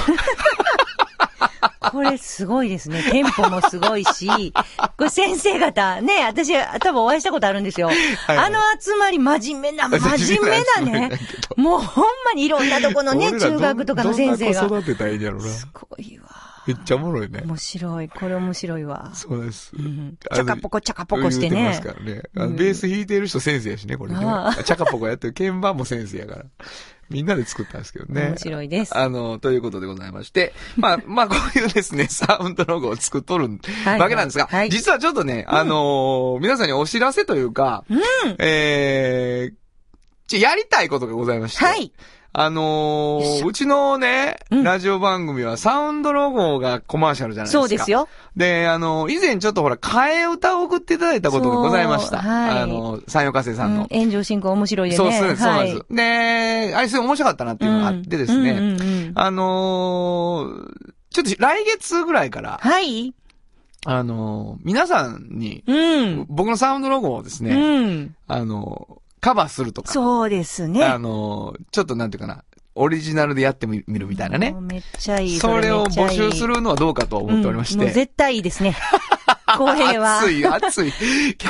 Speaker 7: これすごいですね。テンポもすごい し、これ先生方、ね、私多分お会いしたことあるんですよ。
Speaker 2: いはい
Speaker 7: あの集まり真面目な、真
Speaker 2: 真面
Speaker 7: 面目
Speaker 2: 目な
Speaker 7: だ
Speaker 2: 集まりや
Speaker 7: ね
Speaker 2: け。
Speaker 7: もうほんまにいろんなとこのね、
Speaker 2: 俺らど
Speaker 7: 中学とかの先生が。
Speaker 2: どん
Speaker 7: す
Speaker 2: な子育てたらいいんやろうな。
Speaker 7: ごいわ。
Speaker 2: めっちゃおもろいね。
Speaker 7: 面白い。これ面白いわ。
Speaker 2: そうです。
Speaker 7: ん
Speaker 2: あ
Speaker 7: チ
Speaker 2: の
Speaker 7: ャカポコチャカポコしてね
Speaker 2: 言うてますからね。あのベース弾いてる人先生やしね、これね。
Speaker 7: ああ
Speaker 2: チャカポコやってる鍵盤も先生やから。みんなで作ったんですけどね。
Speaker 7: 面白いです
Speaker 2: あの、ということでございまして。まあ、まあ、こういうですね、 サウンドロゴを作っとる
Speaker 7: はい
Speaker 2: わけなんですが、
Speaker 7: はい
Speaker 2: 実はちょっとね、あのー皆さんにお知らせというか、えー、ちょやりたいことがございまして。
Speaker 7: はい。
Speaker 2: あの
Speaker 7: よいし
Speaker 2: ー
Speaker 7: ょ
Speaker 2: うちのね、
Speaker 7: うん
Speaker 2: ラジオ番組はサウンドロゴがコマーシャルじゃないですか。
Speaker 7: そうですよ。
Speaker 2: で、あの、以前ちょっとほら、替え歌を送っていただいたことがございました。
Speaker 7: そうはい
Speaker 2: あの、三洋化成
Speaker 7: う
Speaker 2: さん
Speaker 7: ん
Speaker 2: の。
Speaker 7: 炎上進行面白いでね。
Speaker 2: そうそうです、そうなん
Speaker 7: は
Speaker 2: で
Speaker 7: い
Speaker 2: す。で、あれすごい面白かったなっていうのがあってですね。
Speaker 7: うんうんうんうん
Speaker 2: あのーちょっと来月ぐらいから、
Speaker 7: はい。
Speaker 2: あのー皆さんに、
Speaker 7: うん。
Speaker 2: 僕のサウンドロゴをですね、
Speaker 7: うん。
Speaker 2: あのーカバーするとか、
Speaker 7: そうですね。
Speaker 2: あのーちょっとなんていうかな、オリジナルでやってみるみたいなね
Speaker 7: もう。めっちゃいい。
Speaker 2: それを
Speaker 7: めっちゃ
Speaker 2: 募
Speaker 7: いい
Speaker 2: 集するのはどうかと思っておりまして。
Speaker 7: うんもう絶対いいです ね。これは。
Speaker 2: 暑い、 暑い。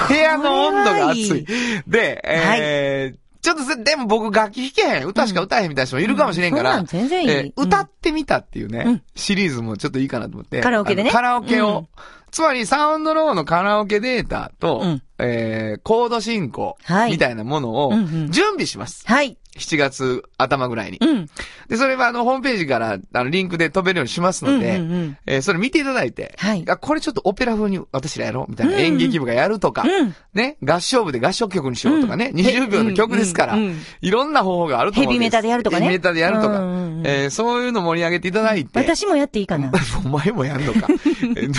Speaker 2: 部屋の温度が暑い。で、えーちょっとせでも僕楽器弾けへん。歌しか歌えへんみたいな人もいるかもしれんか
Speaker 7: う
Speaker 2: ら、
Speaker 7: んうんそんなん全然いい
Speaker 2: えー
Speaker 7: うん
Speaker 2: 歌ってみたっていうね、
Speaker 7: うん
Speaker 2: シリーズもちょっといいかなと思って。
Speaker 7: カラオケでね
Speaker 2: あのカラオケを。
Speaker 7: うん
Speaker 2: つまりサウンドローのカラオケデータと、
Speaker 7: うん
Speaker 2: えーコード進行
Speaker 7: はい
Speaker 2: みたいなものを
Speaker 7: うんうん
Speaker 2: 準備します。
Speaker 7: はい。
Speaker 2: 7月頭ぐらいに。
Speaker 7: うん。
Speaker 2: で、それはあの、ホームページから、あの、リンクで飛べるようにしますので、
Speaker 7: うんうんうん
Speaker 2: えーそれ見ていただいて、
Speaker 7: はい
Speaker 2: あ、これちょっとオペラ風に私らやろうみたいな、
Speaker 7: うんうん
Speaker 2: 演劇部がやるとか、
Speaker 7: うん
Speaker 2: ね、合唱部で合唱曲にしようとかね、20秒の曲ですから、
Speaker 7: うんうんうん
Speaker 2: いろんな方法があると思うんす
Speaker 7: ヘビメタでやるとかね
Speaker 2: ヘビメタでやるとか、
Speaker 7: うんうんうん
Speaker 2: えーそういうの盛り上げていただいて、
Speaker 7: 私もやっていいかな。
Speaker 2: お前もやんの か。えっと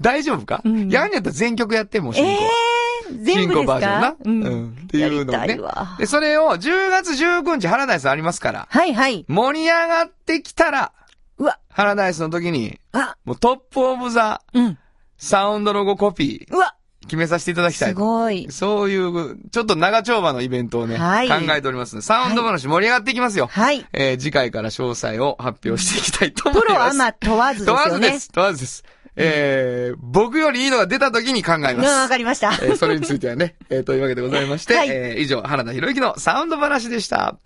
Speaker 2: 大丈夫か、
Speaker 7: うん
Speaker 2: やんやったら全曲やってもう
Speaker 7: え
Speaker 2: 進行。
Speaker 7: えー、全部
Speaker 2: 進行
Speaker 7: です
Speaker 2: バージョ
Speaker 7: か
Speaker 2: ンな。うん。っていうのを
Speaker 7: やりた
Speaker 2: ね
Speaker 7: いわ。。
Speaker 2: で、それを10月19日、原田さんありますから、
Speaker 7: はいはい。
Speaker 2: 盛り上がってきたら、
Speaker 7: うわ、
Speaker 2: ハラダイスの時に、
Speaker 7: あ、
Speaker 2: もうトップオブザ
Speaker 7: うん。
Speaker 2: サウンドロゴコピー
Speaker 7: うわ、
Speaker 2: 決めさせていただきたい。
Speaker 7: すごい。
Speaker 2: そういう、ちょっと長丁場のイベントをね、
Speaker 7: はい
Speaker 2: 考えておりますので、サウンド話盛り上がっていきますよ。
Speaker 7: はい。
Speaker 2: えー次回から詳細を発表していきたいと思
Speaker 7: プ
Speaker 2: い
Speaker 7: ロ
Speaker 2: ま
Speaker 7: ア
Speaker 2: す。
Speaker 7: マ問わずですよね。
Speaker 2: 問わずです。問わずです。えー僕よりいいのが出た時に考え
Speaker 7: うん、
Speaker 2: ます。
Speaker 7: わかりました。
Speaker 2: えーそれについてはね、えーというわけでございまして、
Speaker 7: はい
Speaker 2: えー以上、原田博之のサウンド話でした。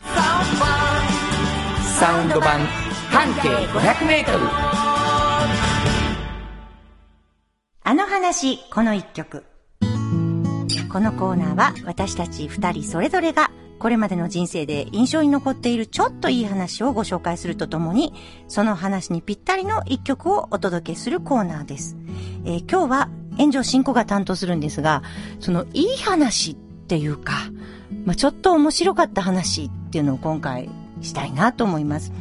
Speaker 2: サウンド版、半径500メートル。
Speaker 3: あの話、この一曲。このコーナーは私たち二人それぞれがこれまでの人生で印象に残っているちょっといい話をご紹介するとともに、その話にぴったりの一曲をお届けするコーナーです。えー今日は炎上進行が担当するんですが、そのいい話っていうか、まあ、ちょっと面白かった話っていうのを今回したいなと思います。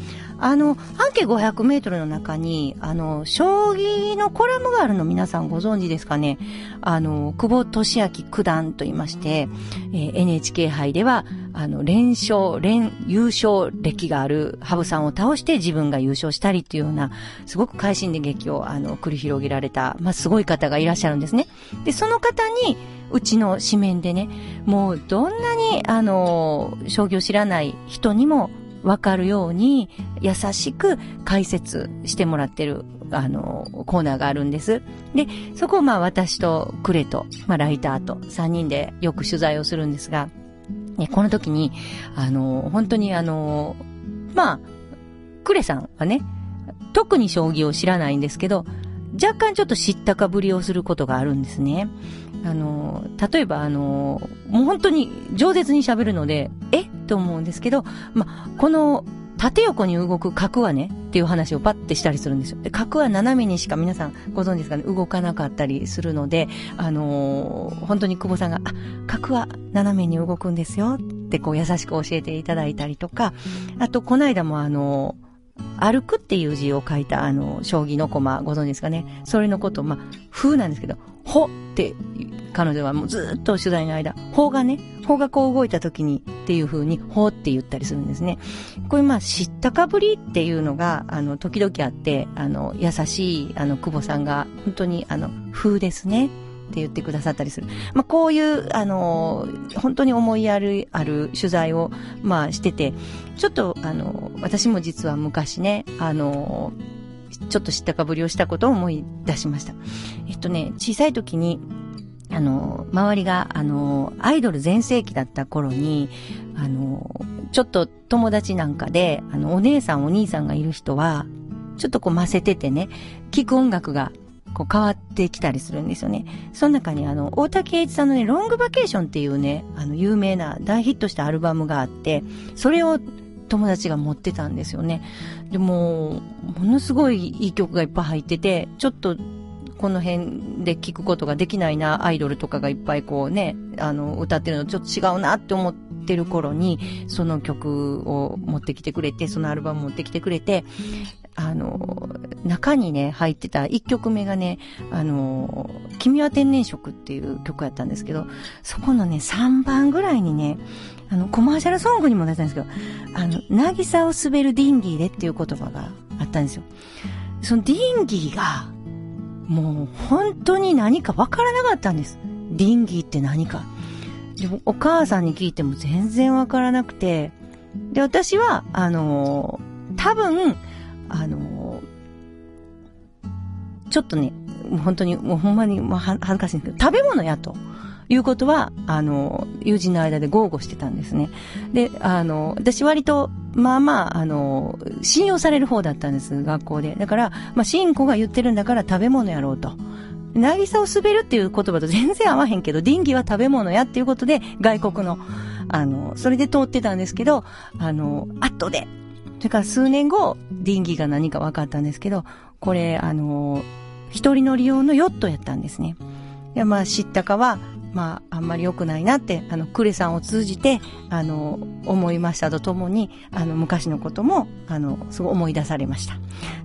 Speaker 3: あの、半径500メートルの中に、あの、将棋のコラムがあるの皆さんご存知ですかねあの、久保俊明九段と言いまして、えー NHK 杯では、あの、連勝、連、優勝歴がある羽生さんを倒して自分が優勝したりというような、すごく快進撃を、あの、繰り広げられた、まあ、すごい方がいらっしゃるんですね。で、その方に、うちの紙面でね、もうどんなに、あの、将棋を知らない人にもわかるように、優しく解説してもらってる、あの、コーナーがあるんです。で、そこをまあ私とクレと、まあライターと3人でよく取材をするんですが、ね、この時に、あの、本当にあの、まあ、クレさんはね、特に将棋を知らないんですけど、若干ちょっと知ったかぶりをすることがあるんですね。あの、例えばあの、もう本当に饒舌に喋るので、えと思うんですけど、まあ、この、縦横に動く角はね、っていう話をパッてしたりするんですよ。で、角は斜めにしか皆さんご存知ですかね、動かなかったりするので、あのー本当に久保さんが、あ、角は斜めに動くんですよってこう優しく教えていただいたりとか、あと、この間もあのー歩くっていう字を書いた、あの、将棋の駒、ご存知ですかね。それのことを、まあ、風なんですけど、ほって、彼女はもうずっと取材の間、ほがね、ほがこう動いた時にっていう風に、ほって言ったりするんですね。こういう、まあ、知ったかぶりっていうのが、あの、時々あって、あの、優しい、あの、久保さんが、本当に、あの、風ですね。って言ってくださったりする。まあ、こういう、あの、本当に思いやる、ある取材を、まあ、してて、ちょっと、あの、私も実は昔ね、あの、ちょっと知ったかぶりをしたことを思い出しました。えっとね、小さい時に、あの、周りが、あの、アイドル全盛期だった頃に、あの、ちょっと友達なんかで、あの、お姉さんお兄さんがいる人は、ちょっとこう、ませててね、聴く音楽が、こう、変わってきたりするんですよね。その中に、あの、大竹栄一さんのね、ロングバケーションっていうね、あの、有名な大ヒットしたアルバムがあって、それを友達が持ってたんですよね。でも、ものすごいいい曲がいっぱい入ってて、ちょっと、この辺で聞くことができないな、アイドルとかがいっぱいこうね、あの、歌ってるのちょっと違うなって思ってる頃に、その曲を持ってきてくれて、そのアルバム持ってきてくれて、あの、中にね、入ってた1曲目がね、あの、君は天然色っていう曲やったんですけど、そこのね、3番ぐらいにね、あの、コマーシャルソングにも出たんですけど、あの、渚を滑るディンギーでっていう言葉があったんですよ。そのディンギーが、もう本当に何かわからなかったんです。ディンギーって何か。でもお母さんに聞いても全然わからなくて、で、私は、あのー多分、あのーちょっとね、もう本当に、もうほんまに、もうは恥ずかしいんですけど、食べ物やと。いうことは、あの、友人の間で豪語してたんですね。で、あの、私割と、まあまあ、あの、信用される方だったんです、学校で。だから、まあ、シンコが言ってるんだから食べ物やろうと。渚を滑るっていう言葉と全然合わへんけど、ディンギは食べ物やっていうことで、外国の、あの、それで通ってたんですけど、あの、後で、それから数年後、ディンギが何か分かったんですけど、これ、あの、一人乗り用のヨットやったんですね。いや、まあ、知ったかは、まあ、あんまり良くないなって、あの、クレさんを通じて、あの、思いましたとともに、あの、昔のことも、あの、すごい思い出されました。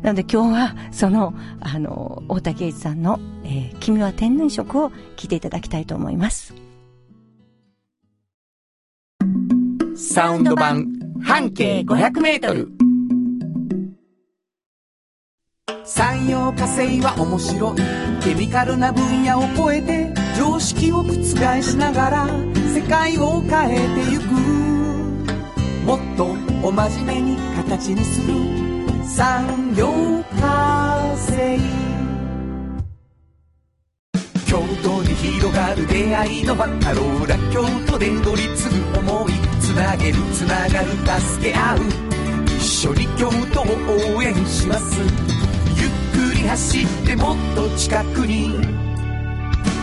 Speaker 3: なので今日は、その、あの、大竹栄一さんの、えー君は天然色を聞いていただきたいと思います。
Speaker 9: サウンド版半径500メートル。
Speaker 4: 産業化成は面白いケミカルな分野を超えて常識を覆しながら世界を変えてゆくもっとお真面目に形にする産業化成京都に広がる出会いのバカローラ京都で乗り継ぐ思いつなげるつながる助け合う一緒に京都を応援しますゆっくり走ってもっと近くに「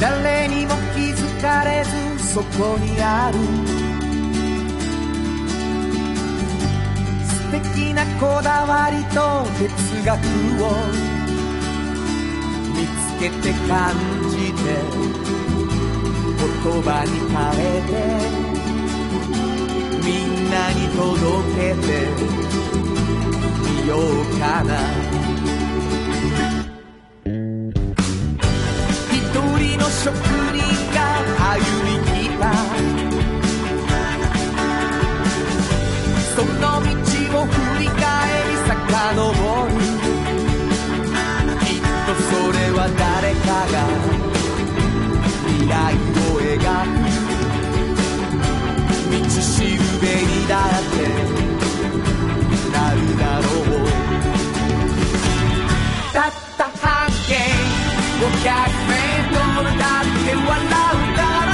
Speaker 4: 誰にも気づかれずそこにあるなこだわりと哲学を見つけて感じて言葉に変えてみんなに届けてみようかな一人の職人が歩み来たその道を振り返り遡るきっとそれは誰かが未来を描く道しるべにだってなるだろうたった半径500メートルだって笑うから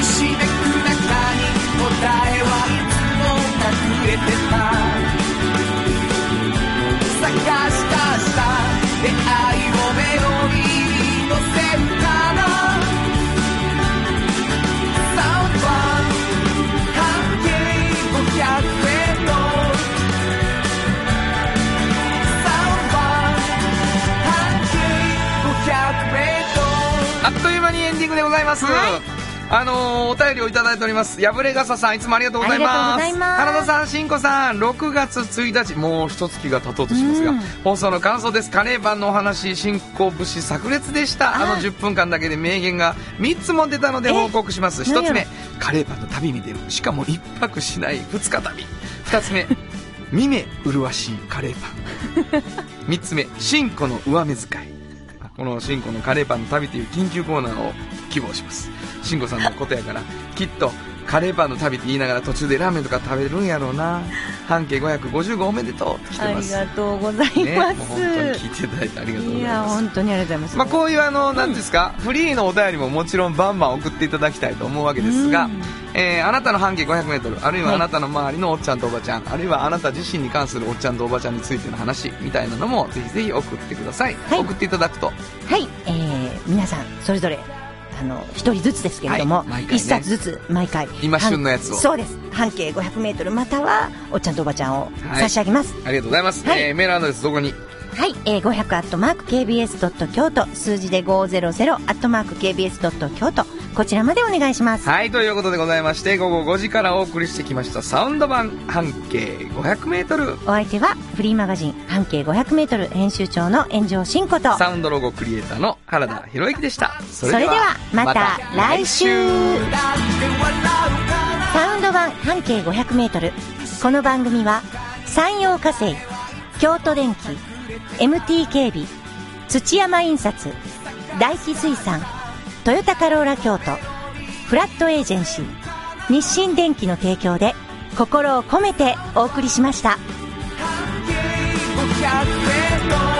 Speaker 4: ひしめく中に答えはいつも隠れてた探した明日出会いをメロディーに乗せるからサウンド半径500メートル
Speaker 2: あっという間にエンディングでございます。あのーお便りをいただいております。破れ傘さん、いつもありがとうございます。
Speaker 3: ありがとうございます
Speaker 2: 原田さん、しんこさん、6月1日、もう一月が経とうとしますが、
Speaker 3: うん
Speaker 2: 放送の感想です。カレーパンのお話、進行節炸裂でした。あの10分間だけで名言が3つも出たので
Speaker 3: え
Speaker 2: 報告します。1つ
Speaker 3: 何や
Speaker 2: 目、カレーパンの旅に出る。しかも1泊しない2日旅。2 つ目、見目麗しいカレーパン。3つ目新子の上目遣いこの新子のカレーパンの旅という緊急コーナーを希望します新子さんのことやからきっとカレーパンの旅って言いながら途中でラーメンとか食べるんやろうな半径555おめでとう来て
Speaker 7: あ
Speaker 2: ま
Speaker 7: り
Speaker 2: す
Speaker 7: がとうござい
Speaker 2: ねもう
Speaker 7: ま
Speaker 2: 本
Speaker 7: す。
Speaker 2: 当に聞いていただいてありがとうござ
Speaker 7: い
Speaker 2: い
Speaker 7: や、
Speaker 2: ます
Speaker 7: 本当にありがとうございます。
Speaker 2: まあ、こういうあの何ですか、フリーのお便りももちろんバンバン送っていただきたいと思うわけですが、
Speaker 7: うん
Speaker 2: えーあなたの半径 500m あるいは
Speaker 7: はい
Speaker 2: あなたの周りのおっちゃんとおばちゃんあるいはあなた自身に関するおっちゃんとおばちゃんについての話みたいなのもぜひぜひ送ってください、
Speaker 3: い
Speaker 2: 送っていただくと
Speaker 3: はい、えー、皆さんそれぞれあの一人ずつですけれど
Speaker 2: は
Speaker 3: も
Speaker 2: い毎
Speaker 3: 一、
Speaker 2: 回ね
Speaker 3: 冊ずつ毎回
Speaker 2: 今旬のやつを
Speaker 3: 半そうです半径 500m またはおっちゃんとおばちゃんを
Speaker 2: はい
Speaker 3: 差し上げます
Speaker 2: ありがとうございます、
Speaker 3: はい
Speaker 2: えーメールアドレスどこに
Speaker 3: はい、えー、500アットマーク KBS ドット京都数字で500アットマーク KBS ドット京都こちらまでお願いします
Speaker 2: はいということでございまして午後5時からお送りしてきましたサウンド版半径 500m
Speaker 3: お相手はフリーマガジン半径 500m 編集長の炎上真子と
Speaker 2: サウンドロゴクリエイターの原田博之でしたそ
Speaker 3: それではまた来週サウンド版半径 500m この番組は山陽火星京都電機 MT 警備土山印刷大気水産トヨタカローラ京都フラットエージェンシー日清電機の提供で心を込めてお送りしました
Speaker 4: 500メートル